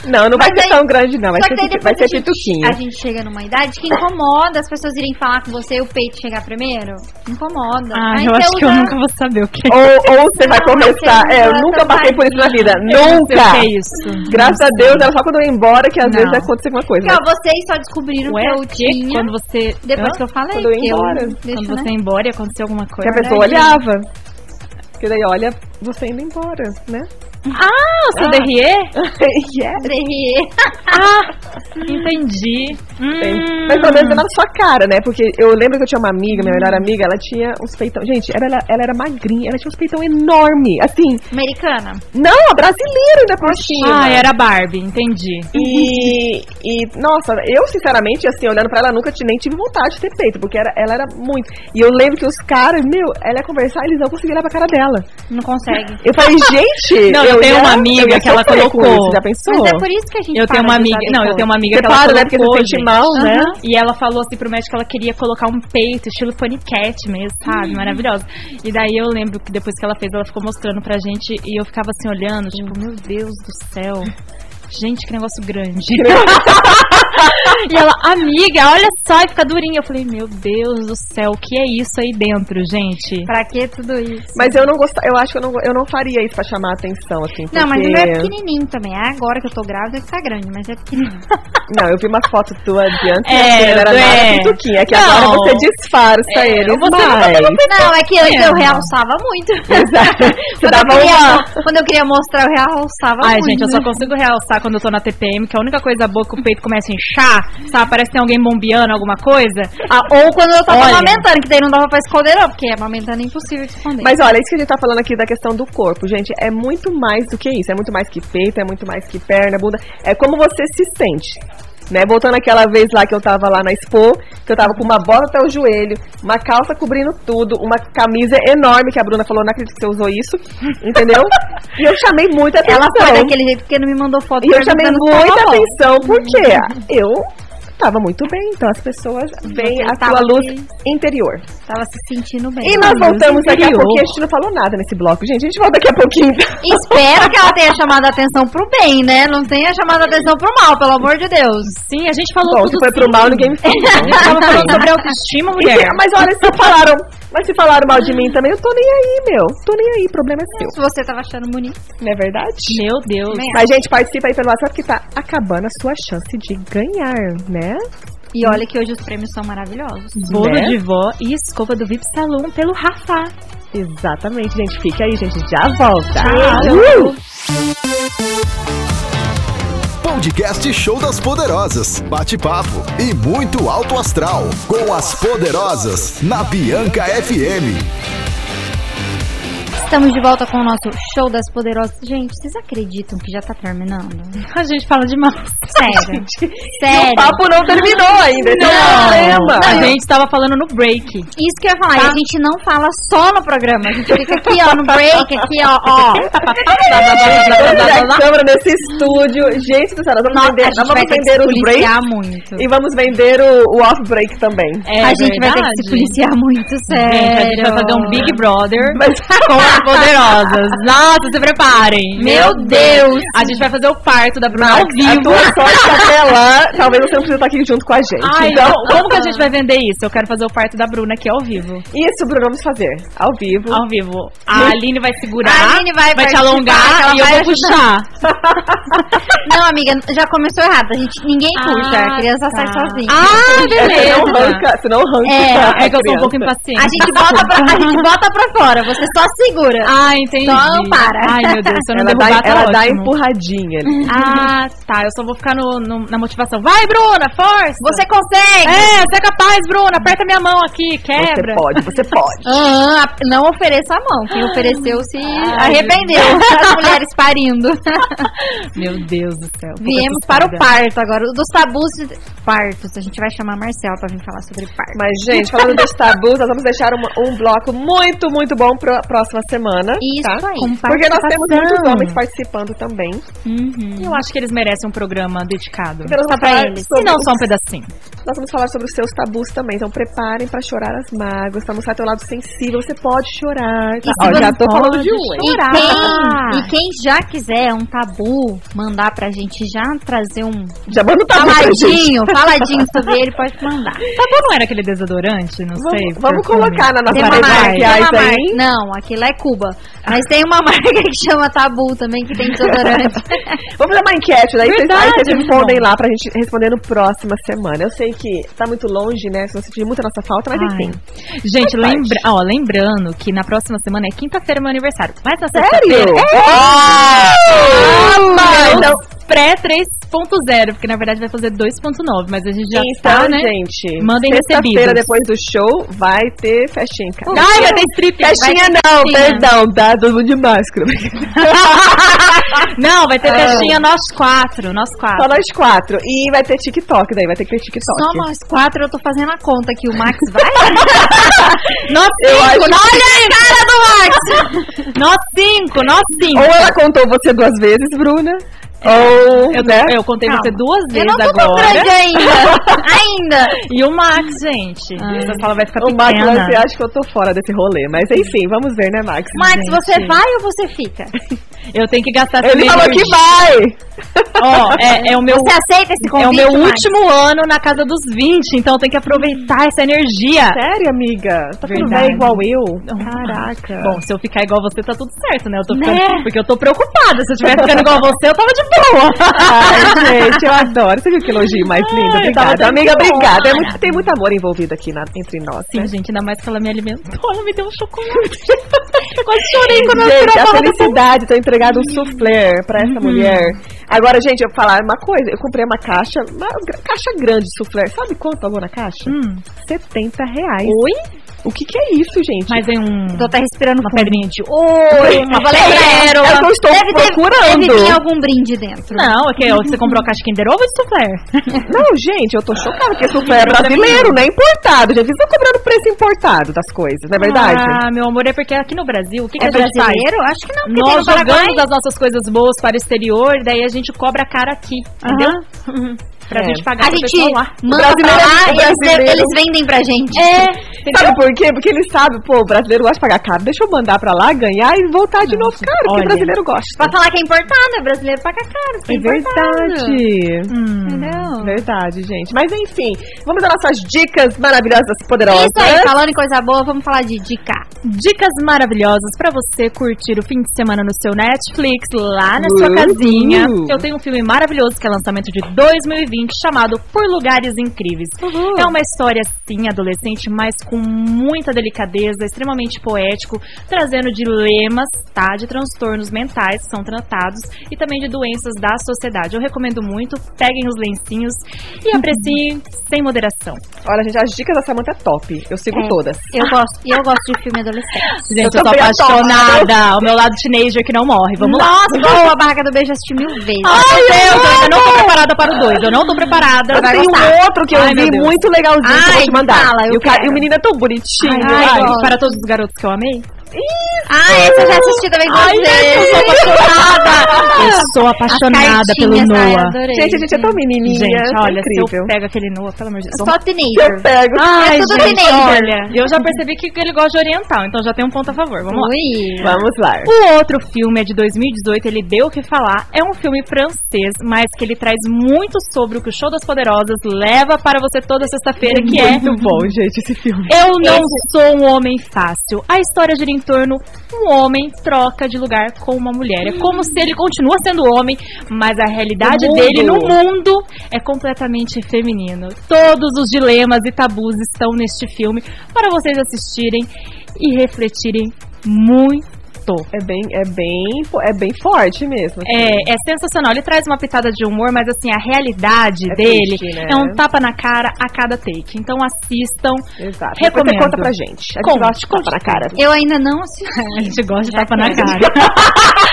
Speaker 3: Não, não vai
Speaker 4: Mas
Speaker 3: ser
Speaker 4: aí-
Speaker 3: tão grande, não. Vai
Speaker 4: Só que
Speaker 3: ser,
Speaker 4: daí
Speaker 3: pitu- vai
Speaker 4: depois
Speaker 3: ser
Speaker 4: a, gente,
Speaker 3: pituquinho.
Speaker 4: a gente chega numa idade que incomoda as pessoas irem falar com você e o peito chegar primeiro. Incomoda.
Speaker 5: Ah,
Speaker 4: Aí
Speaker 5: eu
Speaker 4: você
Speaker 5: acho que eu
Speaker 4: usa-
Speaker 5: nunca vou saber o que é.
Speaker 3: Ou, ou você vai
Speaker 4: Não,
Speaker 3: começar.
Speaker 4: você
Speaker 3: É, eu
Speaker 4: usa
Speaker 3: nunca passei por isso na vida.
Speaker 5: Eu não sei
Speaker 3: Nunca!
Speaker 5: O que é isso?
Speaker 3: Graças a Deus, era só quando eu ia embora que às
Speaker 5: Não.
Speaker 3: vezes acontece alguma coisa.
Speaker 4: Não, vocês só descobriram
Speaker 5: Ué,
Speaker 4: que eu
Speaker 5: é o quê?
Speaker 4: tinha
Speaker 5: Quando você.
Speaker 4: depois
Speaker 5: Hã?
Speaker 4: que eu falei.
Speaker 3: Quando eu ia
Speaker 4: que
Speaker 3: embora.
Speaker 4: Deixa,
Speaker 5: Quando você
Speaker 4: né?
Speaker 5: ia embora e aconteceu alguma
Speaker 3: Que
Speaker 5: coisa. né?
Speaker 3: a pessoa
Speaker 4: Verdade.
Speaker 3: olhava. Porque daí, olha, você indo embora, né?
Speaker 5: Ah, o seu DRE?
Speaker 3: yeah.
Speaker 4: Derriê.
Speaker 5: Entendi. Hum.
Speaker 3: Mas pelo menos é na sua cara, né? Porque eu lembro que eu tinha uma amiga, minha
Speaker 4: Hum.
Speaker 3: melhor amiga, ela tinha uns peitão. Gente, ela, ela, ela era magrinha, ela tinha uns peitão enorme. Assim,
Speaker 4: Americana.
Speaker 3: não, a brasileira ainda por cima.
Speaker 4: é,
Speaker 5: Ah, era Barbie, entendi.
Speaker 3: E, e, nossa, eu sinceramente, assim, olhando pra ela, nunca ti- nem tive vontade de ter peito, porque era, ela era muito. E eu lembro que os caras, meu, ela ia conversar, eles não conseguiam olhar pra cara dela.
Speaker 4: Não consegue.
Speaker 3: Eu falei, gente.
Speaker 5: Não, eu tenho uma amiga
Speaker 3: ia
Speaker 5: que ela
Speaker 3: sofrer com
Speaker 5: colocou.
Speaker 3: Isso, já pensou?
Speaker 4: Mas é por isso que a gente
Speaker 5: Eu tenho
Speaker 4: para
Speaker 5: uma
Speaker 4: de
Speaker 5: amiga.
Speaker 4: usar
Speaker 5: Não, eu
Speaker 4: decote.
Speaker 5: tenho uma amiga que
Speaker 3: Separa,
Speaker 5: ela
Speaker 3: né? Porque
Speaker 5: colocou,
Speaker 3: você sente
Speaker 5: gente.
Speaker 3: mal, né?
Speaker 5: Aham. E ela falou assim pro médico que ela queria colocar um peito, estilo paniquete mesmo, sabe? Maravilhosa. E daí eu lembro que depois que ela fez, ela ficou mostrando pra gente e eu ficava assim olhando, tipo, meu Deus do céu. Gente, que negócio grande. e ela, amiga, olha só, e fica durinha. Eu falei, meu Deus do céu, o que é isso aí dentro, gente?
Speaker 4: Pra que tudo isso?
Speaker 3: Mas eu não gostava, eu acho que eu não, eu não faria isso pra chamar a atenção, assim.
Speaker 4: Não, mas
Speaker 3: porque-
Speaker 4: não é pequenininho também. É agora que eu tô grávida que tá grande, mas é pequenininho.
Speaker 3: Não, eu vi uma foto tua de antes
Speaker 5: É,
Speaker 3: é, era
Speaker 5: é.
Speaker 3: nada pituquinha, que agora
Speaker 5: Não.
Speaker 3: você disfarça
Speaker 5: É,
Speaker 3: eles
Speaker 5: você não
Speaker 3: mais.
Speaker 4: Não, é que antes
Speaker 5: É.
Speaker 4: eu realçava muito.
Speaker 3: Você
Speaker 4: Quando eu,
Speaker 3: dava
Speaker 4: queria,
Speaker 3: uma.
Speaker 4: quando eu queria mostrar, eu realçava
Speaker 5: Ai,
Speaker 4: muito.
Speaker 5: gente, eu só consigo realçar quando eu tô na TPM, que a única coisa boa é que o peito começa a inchar, sabe? Parece que tem alguém bombeando alguma coisa.
Speaker 4: Ah, ou quando eu tava
Speaker 5: Olha.
Speaker 4: amamentando, que daí não dava pra esconder, não, porque amamentando é impossível de esconder.
Speaker 3: Mas olha, isso que a gente tá falando aqui da questão do corpo, gente, é muito mais do que isso. É muito mais que peito, é muito mais que perna, bunda. É como você se sente. Né? Voltando aquela vez lá que eu tava lá na Expo, que eu tava com uma bola até o joelho, uma calça cobrindo tudo, uma camisa enorme, que a Bruna falou, não acredito que você usou isso, entendeu? e eu chamei muita atenção.
Speaker 4: ela foi daquele jeito porque não me mandou foto.
Speaker 3: E eu chamei
Speaker 4: perguntando se
Speaker 3: muita
Speaker 4: tava bom.
Speaker 3: atenção, porque eu Tava muito bem, então as pessoas veem
Speaker 4: Você
Speaker 3: a
Speaker 4: tava
Speaker 3: sua luz
Speaker 4: bem.
Speaker 3: interior.
Speaker 4: Tava se sentindo bem.
Speaker 3: E nós
Speaker 4: Luz
Speaker 3: voltamos daqui a
Speaker 4: Ah, interior.
Speaker 3: pouquinho. A gente não falou nada nesse bloco, gente. A gente volta daqui a pouquinho.
Speaker 4: Espero que ela tenha chamado a atenção pro bem, né? Não tenha chamado a atenção pro mal, pelo amor de Deus.
Speaker 5: Sim, a gente falou
Speaker 3: Bom, se
Speaker 5: tudo
Speaker 3: foi pro
Speaker 5: sim.
Speaker 3: mal, ninguém me fez.
Speaker 5: A gente tava falando sobre autoestima,
Speaker 4: é.
Speaker 5: mulher.
Speaker 3: Mas olha, se falaram, mas se falaram mal de mim também, eu tô nem aí, meu. Tô nem aí, o problema é seu.
Speaker 4: Se você tava achando bonito.
Speaker 3: Não é verdade? Né?
Speaker 5: Meu Deus.
Speaker 4: Bem,
Speaker 3: Mas, gente, participa aí pelo WhatsApp que tá acabando a sua chance de ganhar, né?
Speaker 4: E olha que hoje os prêmios são maravilhosos.
Speaker 5: Bolo
Speaker 3: né?
Speaker 5: de vó e escova do VIP Salão pelo Rafa.
Speaker 3: Exatamente, gente. Fica aí, gente. Já volta.
Speaker 4: Tchau.
Speaker 3: Uh!
Speaker 1: Podcast Show das Poderosas. Bate-papo e muito alto astral. Com as poderosas na Bianca FM.
Speaker 4: Estamos de volta com o nosso show das poderosas. Gente, vocês acreditam que já tá terminando?
Speaker 5: A gente fala demais.
Speaker 4: Sério.
Speaker 3: E
Speaker 4: Sério.
Speaker 3: o papo não terminou ainda. Esse é o
Speaker 4: Não.
Speaker 3: problema.
Speaker 5: A
Speaker 4: eu-
Speaker 5: gente tava falando no break.
Speaker 4: Isso que eu ia falar,
Speaker 5: Tá.
Speaker 4: e a gente não fala só no programa, a gente fica aqui, ó, no break, aqui, ó, ó.
Speaker 3: Olha a câmera nesse estúdio. Gente do céu, nós vamos
Speaker 5: É,
Speaker 4: Nossa,
Speaker 3: vender,
Speaker 4: a
Speaker 3: nós
Speaker 4: gente vai
Speaker 3: vamos
Speaker 4: ter que se
Speaker 3: vender os breaks
Speaker 4: policiar muito.
Speaker 3: e vamos vender o, o off-break também.
Speaker 5: É
Speaker 4: a gente vai ter que se
Speaker 5: verdade.
Speaker 4: policiar muito, sério.
Speaker 5: Gente, a gente vai fazer um Big Brother
Speaker 3: Mas-
Speaker 5: com as poderosas. Nossa, se preparem.
Speaker 4: Meu Deus.
Speaker 5: A gente vai fazer o parto da Bruna ao
Speaker 3: A
Speaker 5: vivo.
Speaker 3: tua sorte até lá, talvez você não precisa estar aqui junto com a gente.
Speaker 5: Ai,
Speaker 3: então,
Speaker 5: não, como que a gente vai vender isso? Eu quero fazer o parto da Bruna aqui ao vivo.
Speaker 3: isso, Bruno, vamos fazer. Ao vivo.
Speaker 5: Ao vivo. A Aline vai segurar,
Speaker 4: A Aline vai
Speaker 5: te
Speaker 4: participar, ela
Speaker 5: alongar e eu
Speaker 4: vai
Speaker 5: vou puxar.
Speaker 4: Não, amiga, já começou errado. A gente, ninguém
Speaker 5: Ah,
Speaker 4: puxa, a criança
Speaker 5: tá.
Speaker 4: sai sozinha.
Speaker 5: Ah,
Speaker 3: É, você não
Speaker 5: beleza.
Speaker 3: arranca, você não arranca.
Speaker 5: É,
Speaker 3: a
Speaker 5: é que eu sou um
Speaker 3: Tá
Speaker 5: pouco
Speaker 3: criança.
Speaker 5: impaciente.
Speaker 4: A gente, bota pra, a gente bota pra fora, você só segura.
Speaker 5: Ah, entendi.
Speaker 4: Só ampara.
Speaker 5: Ai, meu Deus, se eu não
Speaker 3: Ela, dá,
Speaker 5: derrubar, tá
Speaker 3: ela dá
Speaker 5: ótimo.
Speaker 3: empurradinha ali.
Speaker 5: Ah, tá, eu só vou ficar no- no- na motivação. Vai, Bruna, força!
Speaker 4: Você consegue!
Speaker 5: É, você é capaz, Bruna, aperta minha mão aqui,
Speaker 3: Você
Speaker 5: quebra.
Speaker 3: pode, você pode.
Speaker 4: Ah, a- não ofereça a mão. Quem ofereceu se
Speaker 5: Ah. Ai,
Speaker 4: arrependeu. As mulheres parindo.
Speaker 5: Meu Deus do céu. fico
Speaker 4: Viemos para
Speaker 5: assustada.
Speaker 4: o parto agora. Dos tabus de partos. A gente vai chamar a Marcela pra vir falar sobre parto.
Speaker 3: Mas, gente, falando dos tabus, nós vamos deixar um, um bloco muito, muito bom pra próxima semana.
Speaker 4: Isso
Speaker 3: tá?
Speaker 4: aí.
Speaker 3: Porque nós temos muitos
Speaker 4: Participação.
Speaker 3: homens participando também.
Speaker 4: Uhum.
Speaker 5: Eu acho que eles merecem um programa dedicado.
Speaker 3: Então nós
Speaker 4: Só
Speaker 3: vamos
Speaker 4: pra
Speaker 3: falar
Speaker 4: eles.
Speaker 5: E
Speaker 3: sobre
Speaker 5: não
Speaker 3: os-
Speaker 5: só um pedacinho.
Speaker 3: Nós vamos falar sobre os seus tabus também. Então preparem pra chorar as mágoas, pra mostrar teu lado sensível. Você pode chorar. Tá,
Speaker 4: E se
Speaker 3: Ó,
Speaker 4: você
Speaker 3: já tô
Speaker 4: pode
Speaker 3: falando de um, hein?
Speaker 4: E
Speaker 5: Chorar.
Speaker 4: quem, e quem já quiser um tabu, mandar pra gente já trazer um
Speaker 3: Já manda o tabu pra gente.
Speaker 4: faladinho, faladinho sobre ele, pode mandar.
Speaker 5: Tá bom, não era aquele desodorante? Não sei.
Speaker 3: Vamos, vamos
Speaker 5: perfume.
Speaker 3: colocar na nossa
Speaker 4: Tem
Speaker 5: é
Speaker 4: uma
Speaker 3: rede então,
Speaker 4: marca, tem uma
Speaker 3: sociais
Speaker 4: marca.
Speaker 3: aí.
Speaker 4: Não, aquilo é Cuba. Mas tem uma marca que chama Tabu também, que tem desodorante.
Speaker 3: Vamos fazer uma enquete, daí vocês, aí
Speaker 5: Verdade,
Speaker 3: vocês
Speaker 5: muito
Speaker 3: respondem
Speaker 5: bom.
Speaker 3: lá pra gente responder no próxima semana. Eu sei que tá muito longe, né? Vocês vão sentir muito a nossa falta, mas
Speaker 5: Ai.
Speaker 3: enfim.
Speaker 5: Gente,
Speaker 3: Faz
Speaker 5: lembra, ó, lembrando que na próxima semana é quinta-feira meu aniversário. Mas na
Speaker 3: Sério? É
Speaker 5: sexta-feira.
Speaker 3: Ah, mas
Speaker 5: Então,
Speaker 3: então,
Speaker 5: pré 3.0, porque na verdade vai fazer 2.9, mas a gente já
Speaker 3: então,
Speaker 5: tá, né?
Speaker 3: gente,
Speaker 5: Mandem
Speaker 3: sexta-feira
Speaker 5: recebidos.
Speaker 3: depois do show vai ter festinha em casa.
Speaker 5: Ai, vai ter strip.
Speaker 3: Festinha não, perdão, tá? Todo mundo de máscara.
Speaker 5: Não, vai ter
Speaker 3: Ah.
Speaker 5: festinha nós quatro, nós
Speaker 3: Só
Speaker 5: quatro.
Speaker 3: nós quatro. E vai ter TikTok daí, vai ter que ter TikTok.
Speaker 4: Só nós quatro, eu tô fazendo a conta aqui. O Max vai?
Speaker 5: Nós
Speaker 3: Eu
Speaker 5: cinco,
Speaker 3: acho
Speaker 5: nós
Speaker 4: Cara do Max!
Speaker 5: cinco, nós cinco, nós cinco.
Speaker 3: Ou ela contou você duas vezes, Bruna. É, Ou,
Speaker 5: Eu,
Speaker 3: né?
Speaker 5: eu contei
Speaker 4: Calma.
Speaker 5: você duas
Speaker 4: Eu
Speaker 5: vezes
Speaker 4: não tô com
Speaker 5: agora.
Speaker 4: franja ainda. ainda.
Speaker 5: E o Max, gente. Essa sala vai ficar
Speaker 3: Ah. O Max,
Speaker 5: pequena.
Speaker 3: você acha que eu tô fora desse rolê. Mas enfim, vamos ver, né, Max?
Speaker 4: Max,
Speaker 5: Gente.
Speaker 4: você vai ou você fica?
Speaker 5: Eu tenho que gastar essa
Speaker 3: Ele
Speaker 5: minha
Speaker 3: falou que
Speaker 5: energia.
Speaker 3: vai!
Speaker 5: Ó, é, é o meu
Speaker 4: Você aceita esse convite?
Speaker 5: É o meu
Speaker 4: Max?
Speaker 5: último ano na casa dos 20, então tem que aproveitar essa energia.
Speaker 3: Sério, amiga? Tá ficando
Speaker 5: Verdade.
Speaker 3: velho igual eu?
Speaker 5: Caraca. Bom, se eu ficar igual você, tá tudo certo, né? Eu tô
Speaker 4: Né?
Speaker 5: ficando,
Speaker 3: É.
Speaker 5: Porque eu tô preocupada. Se eu tivesse ficando igual você, eu tava de boa.
Speaker 3: Ai, gente, eu adoro. Você viu que elogio mais lindo?
Speaker 5: Ai, eu tava
Speaker 3: Obrigada.
Speaker 5: tão
Speaker 3: Amiga,
Speaker 5: boa.
Speaker 3: obrigada. É muito- tem muito amor envolvido aqui na- entre nós. né?
Speaker 5: Sim, gente, ainda mais que ela me alimentou, ela me deu um chocolate. Eu Quase chorei quando ela
Speaker 3: Gente,
Speaker 5: tirou a
Speaker 3: a
Speaker 5: bola do Uhum.
Speaker 3: felicidade, tô entregado um soufflé pra essa mulher. Agora, gente, eu vou falar uma coisa. Eu comprei uma caixa, uma gra- caixa grande de soufflé. Sabe quanto pagou na caixa?
Speaker 5: Hum.
Speaker 3: 70 reais.
Speaker 5: Oi?
Speaker 3: O que que é isso, gente?
Speaker 5: Mas em um.
Speaker 4: Tô até respirando
Speaker 5: Uma
Speaker 4: fundo.
Speaker 5: pedrinha de ouro.
Speaker 3: Oi, é
Speaker 4: Uma
Speaker 3: o que eu estou
Speaker 4: deve ter-
Speaker 3: procurando.
Speaker 4: Deve ter algum brinde dentro.
Speaker 5: Não, é que você comprou a caixa Kinder Ovo ou de Soufflé?
Speaker 3: Não, gente, eu tô chocada, porque soufflé é brasileiro, né? Importado. Já fiz eu cobrando preço importado das coisas, não é verdade?
Speaker 5: Ah, meu amor, é porque aqui no Brasil, o que, que
Speaker 4: É
Speaker 5: a gente faz?
Speaker 4: brasileiro? Acho que não, porque tem
Speaker 5: Nós
Speaker 4: no Paraguai.
Speaker 5: jogamos as nossas coisas boas para o exterior, daí a gente cobra a cara aqui, entendeu? Pra
Speaker 3: É.
Speaker 5: gente pagar
Speaker 4: A
Speaker 5: pro
Speaker 4: gente
Speaker 5: pessoal lá. É.
Speaker 4: manda
Speaker 3: O
Speaker 4: pra
Speaker 3: brasileiro é
Speaker 4: lá
Speaker 3: muito
Speaker 4: e eles,
Speaker 3: brasileiro.
Speaker 4: eles vendem pra gente.
Speaker 3: Sabe por quê? Porque ele sabe, pô, o brasileiro gosta de pagar caro. Deixa eu mandar pra lá, ganhar e voltar de novo caro, porque
Speaker 5: olha.
Speaker 3: o brasileiro gosta.
Speaker 4: Pra falar que é importado, é brasileiro paga caro. isso
Speaker 3: É
Speaker 4: importado.
Speaker 3: verdade.
Speaker 4: Hum. Entendeu?
Speaker 3: Verdade, gente. Mas enfim, vamos às nossas dicas maravilhosas, poderosas.
Speaker 4: Isso aí, falando em coisa boa, vamos falar de dica.
Speaker 5: Dicas maravilhosas pra você curtir o fim de semana no seu Netflix, lá na sua
Speaker 3: Uhul.
Speaker 5: casinha. Eu tenho um filme maravilhoso que é lançamento de 2020 chamado Por Lugares Incríveis.
Speaker 4: Então,
Speaker 5: É uma história sim adolescente, mas com muita delicadeza, extremamente poético, trazendo dilemas, tá, de transtornos mentais que são tratados e também de doenças da sociedade. Eu recomendo muito, peguem os lencinhos e apreciem sem moderação.
Speaker 3: Olha, gente, as dicas da Samanta é top. Eu sigo
Speaker 4: É.
Speaker 3: todas.
Speaker 4: Eu gosto, e eu gosto de filme adolescente.
Speaker 5: Gente, eu,
Speaker 3: Eu
Speaker 5: tô
Speaker 3: também
Speaker 5: apaixonada. O meu lado teenager que não morre. Vamos lá.
Speaker 4: Nossa, boa, a barraca do beijo assisti mil vezes.
Speaker 5: Ai, meu Deus, eu ainda não tô preparada para o dois. Eu não tô preparada.
Speaker 3: Mas
Speaker 5: Vai
Speaker 3: tem
Speaker 5: gostar.
Speaker 3: um outro que eu
Speaker 5: Ai, meu
Speaker 3: vi
Speaker 5: Deus.
Speaker 3: muito legalzinho que eu vou
Speaker 4: Ai,
Speaker 3: te mandar.
Speaker 4: fala, eu
Speaker 3: e, o cara-
Speaker 4: quero.
Speaker 3: e o menino é tão bonitinho.
Speaker 5: Ai,
Speaker 3: ai.
Speaker 5: gosto. para todos os garotos que eu amei.
Speaker 4: Ah, esse eu já assisti também duas
Speaker 5: Ai,
Speaker 4: vezes.
Speaker 5: eu sou apaixonada. Eu sou
Speaker 4: As
Speaker 5: apaixonada pelo
Speaker 4: cartinhas, ai,
Speaker 5: Noah.
Speaker 4: adorei,
Speaker 3: Gente, a gente é tão menininha.
Speaker 5: Gente, olha, Ah,
Speaker 3: é
Speaker 5: se
Speaker 3: incrível.
Speaker 5: eu pego aquele Noah, pelo amor de Deus.
Speaker 4: Só
Speaker 3: Eu
Speaker 4: teenager.
Speaker 3: pego.
Speaker 5: Ai,
Speaker 4: é tudo
Speaker 5: gente,
Speaker 4: teenager.
Speaker 5: olha. Eu já percebi que ele gosta de oriental, então já tem um ponto a favor. Vamos lá.
Speaker 4: Ui.
Speaker 3: Vamos lá.
Speaker 5: O outro filme é de 2018, ele deu o que falar. É um filme francês, mas que ele traz muito sobre o que o Show das Poderosas leva para você toda sexta-feira, que é
Speaker 3: Muito bom, gente, esse filme.
Speaker 5: Eu não sou um homem fácil. A história gira em torno um homem troca de lugar com uma mulher. É como se ele continua sendo homem, mas a realidade
Speaker 3: O mundo.
Speaker 5: dele no mundo é completamente feminino. Todos os dilemas e tabus estão neste filme para vocês assistirem e refletirem muito.
Speaker 3: É bem, é bem, é bem forte mesmo.
Speaker 5: É, é sensacional. Ele traz uma pitada de humor, mas assim, a realidade
Speaker 3: É
Speaker 5: dele
Speaker 3: triste, né?
Speaker 5: é um tapa na cara a cada take. Então assistam.
Speaker 3: Exato. Depois
Speaker 5: Recomendo.
Speaker 3: Você conta pra gente. A gente
Speaker 5: Conte,
Speaker 3: gosta de conta
Speaker 5: conte.
Speaker 3: na cara.
Speaker 4: Eu ainda não assisti.
Speaker 5: A gente gosta de tapa na
Speaker 4: que a
Speaker 5: cara.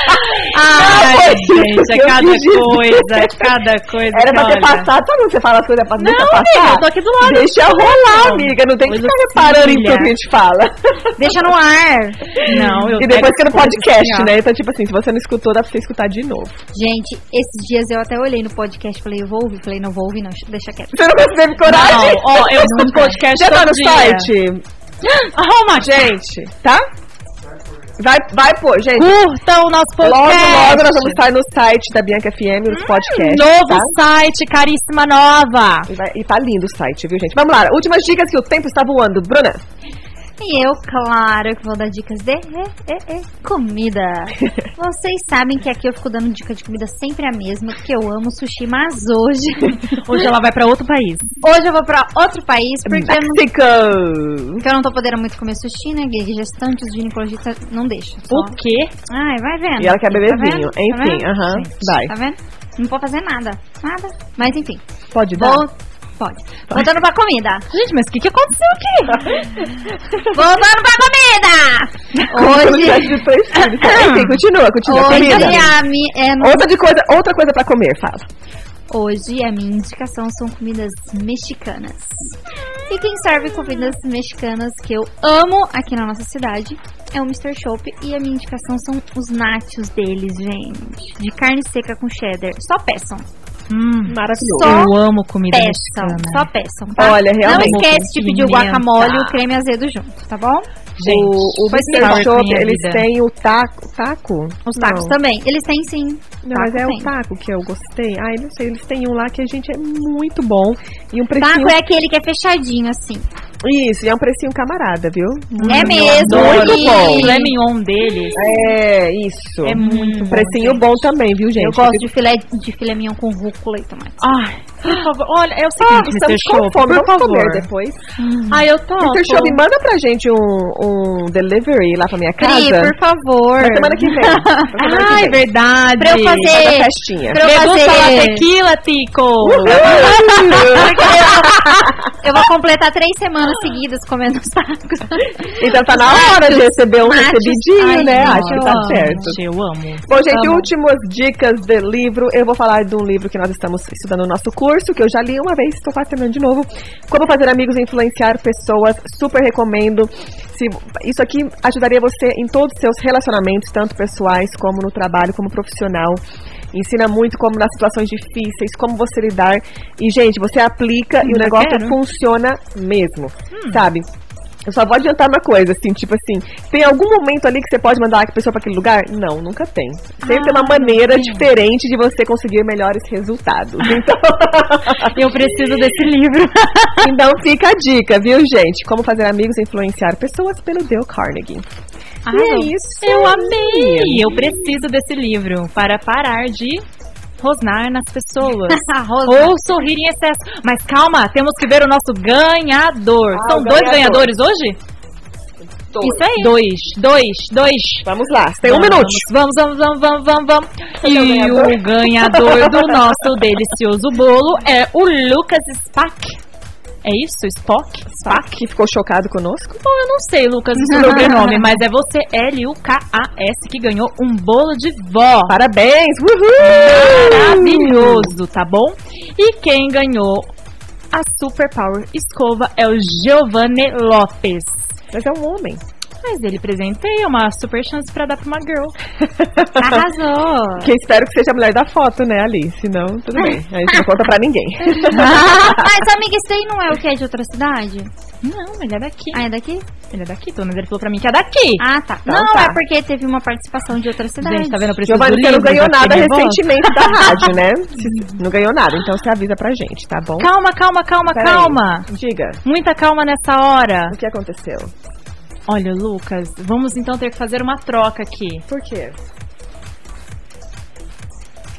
Speaker 3: Ah,
Speaker 5: Ai, gente, é
Speaker 3: Eu
Speaker 5: cada
Speaker 3: quis dizer.
Speaker 5: coisa, é cada coisa.
Speaker 3: Era pra
Speaker 5: que,
Speaker 3: ter
Speaker 5: olha.
Speaker 3: passado, sabe quando você fala as coisas é pra
Speaker 5: Não,
Speaker 3: deixa
Speaker 5: amiga,
Speaker 3: passar?
Speaker 5: eu tô aqui do lado.
Speaker 3: Deixa rolar, amiga. Não tem que
Speaker 5: Coisa assim,
Speaker 3: ficar reparando em
Speaker 5: filha.
Speaker 3: tudo que a gente fala.
Speaker 4: Deixa no ar.
Speaker 5: Não, eu
Speaker 3: E depois
Speaker 5: pego
Speaker 3: que é no
Speaker 5: coisas
Speaker 3: podcast,
Speaker 5: assim, ó.
Speaker 3: né? Então, tipo assim, se você não escutou, dá pra você escutar de novo.
Speaker 4: Gente, esses dias eu até olhei no podcast e falei, eu vou ouvir. Falei, não vou ouvir, não. Deixa quieto.
Speaker 3: Você não teve coragem?
Speaker 5: Não, ó, eu escuto podcast
Speaker 3: Já tá
Speaker 5: todo
Speaker 3: no
Speaker 5: dia.
Speaker 3: site?
Speaker 5: Arruma, gente.
Speaker 3: Gente, tá? Vai, vai pôr, gente.
Speaker 5: Curtam o nosso
Speaker 3: Logo,
Speaker 5: podcast.
Speaker 3: logo nós vamos estar no site da Bianca FM,
Speaker 5: Hum,
Speaker 3: nos podcasts.
Speaker 5: Novo
Speaker 3: tá?
Speaker 5: site, caríssima nova.
Speaker 3: E, vai- e tá lindo o site, viu, gente? Vamos lá. Últimas dicas que o tempo está voando. Bruna.
Speaker 4: E eu, claro, que vou dar dicas de é, é, é, comida. Vocês sabem que aqui eu fico dando dica de comida sempre a mesma, porque eu amo sushi, mas hoje,
Speaker 5: Hoje ela vai pra outro país.
Speaker 4: hoje eu vou pra outro país,
Speaker 5: É
Speaker 4: porque eu não,
Speaker 3: Mexico.
Speaker 4: porque Então, eu não tô podendo muito comer sushi, né? Que gestantes, ginecologistas não deixam. só.
Speaker 5: O quê?
Speaker 4: Ai, vai vendo.
Speaker 3: E ela quer beber
Speaker 4: Tá vendo?
Speaker 3: vinho.
Speaker 4: Tá
Speaker 3: Enfim,
Speaker 4: vendo?
Speaker 3: aham.
Speaker 4: Gente,
Speaker 3: Vai.
Speaker 4: Tá vendo? Não vou fazer nada. Nada. Mas enfim.
Speaker 3: Pode dar?
Speaker 4: Vou... Pode.
Speaker 3: Tá.
Speaker 4: Voltando pra comida.
Speaker 5: Gente, mas o que, que aconteceu aqui?
Speaker 4: Voltando pra comida!
Speaker 3: Como se eu
Speaker 4: Hoje.
Speaker 3: tivesse de três filhos. Enfim, continua, continua.
Speaker 4: Hoje
Speaker 3: Comida.
Speaker 4: a, mi, é, no-
Speaker 3: Outra, de coisa, outra coisa pra comer, fala.
Speaker 4: hoje a minha indicação são comidas mexicanas. E quem serve comidas mexicanas que eu amo aqui na nossa cidade é o Mr. Shop. E a minha indicação são os nachos deles, gente. De carne seca com cheddar. Só peçam.
Speaker 5: Hum,
Speaker 3: Maravilhoso.
Speaker 4: Só
Speaker 5: eu amo comida
Speaker 4: peçam.
Speaker 5: mexicana.
Speaker 4: Só peçam, tá?
Speaker 3: Olha, realmente.
Speaker 4: Não esquece de pedir o
Speaker 5: Pimenta.
Speaker 4: guacamole e o creme azedo junto, tá bom?
Speaker 5: Gente,
Speaker 3: o o
Speaker 5: foi
Speaker 3: Mr.
Speaker 5: sour
Speaker 3: Shop,
Speaker 5: minha
Speaker 3: eles
Speaker 5: vida.
Speaker 3: têm o taco. Taco?
Speaker 4: Os tacos
Speaker 3: Não.
Speaker 4: também. Eles têm sim.
Speaker 3: Não, mas é
Speaker 4: Taco
Speaker 3: o
Speaker 4: tem.
Speaker 3: taco que eu gostei. Ai, não sei, eles têm um lá que a gente é muito bom. E um precinho.
Speaker 4: Taco é aquele que é fechadinho, assim.
Speaker 3: Isso, e é um precinho camarada, viu? Uhum.
Speaker 4: é mesmo.
Speaker 3: Muito
Speaker 4: e-
Speaker 3: bom.
Speaker 5: O Lemon dele
Speaker 3: É, isso.
Speaker 5: é muito bom.
Speaker 3: Um precinho bom também, viu, gente?
Speaker 4: Eu gosto de filé, de filé mignon com rúcula e tomate.
Speaker 5: Ai, por favor. Olha, é o
Speaker 3: Ah,
Speaker 5: seguinte, Mr.
Speaker 3: estamos com
Speaker 5: Show,
Speaker 3: fome,
Speaker 5: por
Speaker 3: vamos comer
Speaker 5: favor.
Speaker 3: depois.
Speaker 5: Ah, eu tô.
Speaker 3: Mr. Show, me manda pra gente um, um delivery lá pra minha casa.
Speaker 4: Pri, por favor.
Speaker 3: Na semana que vem. Na semana que
Speaker 5: Ai,
Speaker 3: vem.
Speaker 5: verdade.
Speaker 4: Pra eu fazer-
Speaker 3: Faz a festinha.
Speaker 4: Pra eu
Speaker 5: Degusta
Speaker 4: fazer-
Speaker 5: la tequila, Tico.
Speaker 3: um
Speaker 4: Porque eu, eu vou completar três semanas seguidas comendo os tacos.
Speaker 3: Então tá na hora de receber um
Speaker 4: Nachos.
Speaker 3: recebidinho,
Speaker 4: Ai,
Speaker 3: né?
Speaker 4: gente,
Speaker 3: Acho que
Speaker 4: eu
Speaker 3: tá
Speaker 4: amo.
Speaker 3: certo.
Speaker 5: Eu amo.
Speaker 3: Bom, gente, últimas dicas de livro. Eu vou falar de um livro que nós estamos estudando no nosso curso, que eu já li uma vez, estou quase terminando de novo. Como fazer amigos e influenciar pessoas. Super recomendo. Se- isso aqui ajudaria você em todos os seus relacionamentos, tanto pessoais como no trabalho, como profissional. Ensina muito como nas situações difíceis, como você lidar. E, gente, você aplica e o
Speaker 5: já
Speaker 3: negócio
Speaker 5: Hum, quero. Hum.
Speaker 3: funciona mesmo, sabe? Eu só vou adiantar uma coisa, assim, tipo assim, tem algum momento ali que você pode mandar a pessoa pra aquele lugar? Não, nunca tem. Sempre tem uma maneira diferente de você conseguir melhores resultados. Então,
Speaker 5: Eu preciso desse livro.
Speaker 3: então fica a dica, viu, gente? Como fazer amigos e influenciar pessoas pelo Dale Carnegie.
Speaker 5: Ah,
Speaker 3: E é isso.
Speaker 5: Eu amei! Eu preciso desse livro para parar de rosnar nas pessoas.
Speaker 4: Arroz.
Speaker 5: Ou sorrir em excesso. Mas calma, temos que ver o nosso ganhador.
Speaker 3: Ah,
Speaker 5: São
Speaker 3: o
Speaker 5: dois
Speaker 3: ganhador.
Speaker 5: ganhadores hoje? Isso aí. Dois, dois, dois.
Speaker 3: é Vamos lá, você tem um
Speaker 5: Vamos,
Speaker 3: minuto.
Speaker 5: Vamos, vamos, vamos, vamos, vamos, vamos.
Speaker 3: é o
Speaker 5: E
Speaker 3: ganhador?
Speaker 5: o ganhador do nosso delicioso bolo é o Lucas Spack. É isso? Spock? Spack?
Speaker 3: Tá? Que ficou chocado conosco?
Speaker 5: Bom, eu não sei, Lucas, o seu sobrenome, mas é você, L-U-K-A-S, que ganhou um bolo de vó.
Speaker 3: Parabéns! Uhul!
Speaker 5: Maravilhoso, tá bom? E quem ganhou a Super Power Escova é o Giovanni Lopes.
Speaker 3: Mas é um homem.
Speaker 5: Mas ele presenteia uma super chance pra dar pra uma girl.
Speaker 4: Arrasou.
Speaker 3: Que eu espero que seja a mulher da foto, né, Ali? Senão, tudo bem. A gente não conta pra ninguém.
Speaker 4: Mas, amiga, isso daí não é o que é de outra cidade?
Speaker 5: Não, ele é daqui.
Speaker 4: Ah, é daqui?
Speaker 5: Ele é daqui, pelo menos ele falou pra mim que é daqui.
Speaker 4: Ah, tá.
Speaker 3: Então
Speaker 4: não,
Speaker 3: tá.
Speaker 4: é porque teve uma participação de outra cidade.
Speaker 5: Gente, tá vendo? Eu preciso
Speaker 3: Giovanni,
Speaker 5: do
Speaker 3: você não
Speaker 5: livro,
Speaker 3: ganhou
Speaker 5: já
Speaker 3: nada
Speaker 5: peguei voto.
Speaker 3: recentemente da rádio, né? Se- Não ganhou nada, então você avisa pra gente, tá bom?
Speaker 5: Calma, calma, calma,
Speaker 3: Peraí.
Speaker 5: calma.
Speaker 3: Diga,
Speaker 5: Muita calma nessa hora.
Speaker 3: o que aconteceu?
Speaker 5: Olha, Lucas, vamos então ter que fazer uma troca aqui.
Speaker 3: Por quê?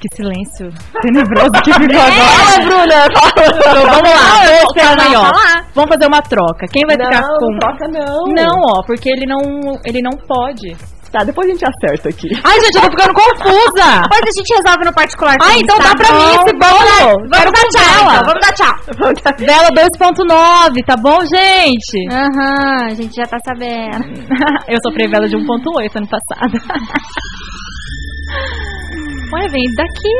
Speaker 5: Que silêncio tenebroso que ficou
Speaker 3: É,
Speaker 5: agora.
Speaker 3: Bruna!
Speaker 5: Então, vamos lá. Vamos fazer,
Speaker 4: não
Speaker 5: ó.
Speaker 4: falar.
Speaker 5: Vamos fazer uma troca. Quem vai ficar
Speaker 3: Não,
Speaker 5: tá com...
Speaker 3: não troca não.
Speaker 5: Não, ó, porque ele não, ele não pode.
Speaker 3: Tá, depois a gente acerta aqui.
Speaker 5: Ai, gente, eu tô ficando confusa.
Speaker 4: Depois a gente resolve no particular.
Speaker 5: Ai, então
Speaker 4: tá
Speaker 5: dá pra
Speaker 4: bom?
Speaker 5: mim esse bolo.
Speaker 4: Vamos dar, vamos dar tchau,
Speaker 5: vela.
Speaker 4: então. Vamos dar tchau.
Speaker 5: Vela 2.9, tá bom, gente?
Speaker 4: Aham, a gente já tá sabendo.
Speaker 5: Eu sofri vela de 1.8 ano passado. Olha, vem daqui.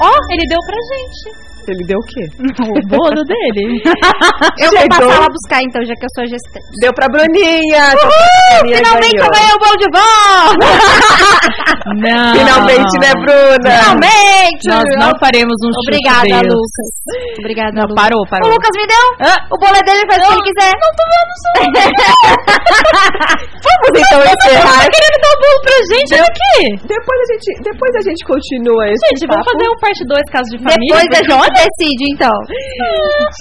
Speaker 5: Ó, ele deu pra gente
Speaker 3: Ele deu o quê?
Speaker 5: o bolo dele.
Speaker 4: Eu vou
Speaker 3: Chegou.
Speaker 4: passar lá buscar, então, já que eu sou gestante.
Speaker 3: Deu pra Bruninha! então a Bruninha
Speaker 4: Finalmente eu
Speaker 3: ganhou.
Speaker 4: ganhei o bolo de vó!
Speaker 5: Não.
Speaker 3: Finalmente, né, Bruna?
Speaker 5: assim,
Speaker 4: Finalmente!
Speaker 5: Nós não faremos um chute
Speaker 4: Obrigada,
Speaker 5: dele.
Speaker 4: Lucas. Obrigada,
Speaker 5: Não,
Speaker 4: Lucas.
Speaker 5: parou,
Speaker 4: O
Speaker 5: parou.
Speaker 4: Lucas me deu?
Speaker 5: Hã?
Speaker 4: O bolo é dele, ele faz o que ele quiser. Não, tô
Speaker 5: um
Speaker 3: Vamos então encerrar.
Speaker 5: Tá querendo dar o bolo pra gente olha aqui?
Speaker 3: Depois a gente, depois a gente continua esse
Speaker 5: Gente, vamos
Speaker 3: papo.
Speaker 5: fazer um parte 2 caso de família.
Speaker 4: Depois a gente
Speaker 5: porque
Speaker 4: decide, então.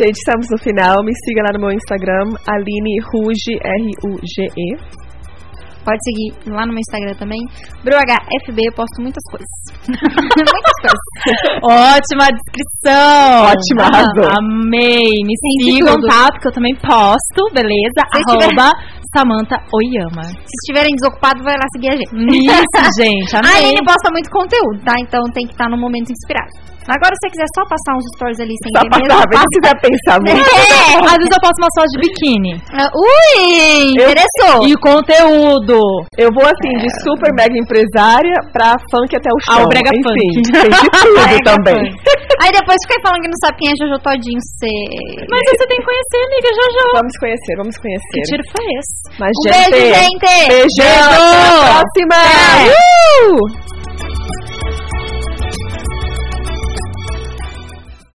Speaker 3: Gente, estamos no final. Me siga lá no meu Instagram, Aline Ruge, R-U-G-E.
Speaker 4: Pode seguir lá no meu Instagram também. BruHFB, eu posto muitas coisas. muitas coisas.
Speaker 5: Ótima descrição. Ah,
Speaker 3: Ótima, arrasou.
Speaker 5: Amei. Me
Speaker 4: Gente,
Speaker 5: sigam,
Speaker 4: tudo.
Speaker 5: tá? Porque eu também posto, beleza?
Speaker 4: Se tiver-
Speaker 5: Arroba Samanta Oyama.
Speaker 4: Se estiverem desocupados, vai lá seguir a gente.
Speaker 5: Isso, gente.
Speaker 4: A
Speaker 5: Amei.
Speaker 4: Aline posta muito conteúdo, tá? Então tem que estar no momento inspirado. Agora, se você quiser só passar uns stories ali sem
Speaker 3: Só pra
Speaker 4: entender,
Speaker 3: saber, não precisa pensar
Speaker 4: É.
Speaker 3: muito.
Speaker 5: Às vezes eu posto umas fotos de biquíni.
Speaker 4: Ah, Ui, interessou.
Speaker 5: E conteúdo.
Speaker 3: Eu vou assim, de super mega empresária pra funk até o chão.
Speaker 5: Ah, o brega
Speaker 3: Enfim,
Speaker 5: funk.
Speaker 3: tem de tudo
Speaker 4: Brega
Speaker 3: também.
Speaker 4: Aí depois fica aí falando que não sabe quem é Jojo Todinho. Cê...
Speaker 5: Mas você tem que conhecer, amiga Jojo.
Speaker 3: Vamos conhecer, vamos
Speaker 5: Que
Speaker 3: conhecer.
Speaker 5: tiro foi esse?
Speaker 3: é Mas,
Speaker 4: Um beijo, gente!
Speaker 3: Beijão! Até a próxima!
Speaker 5: Uh!
Speaker 4: Tchau.
Speaker 3: Uhul!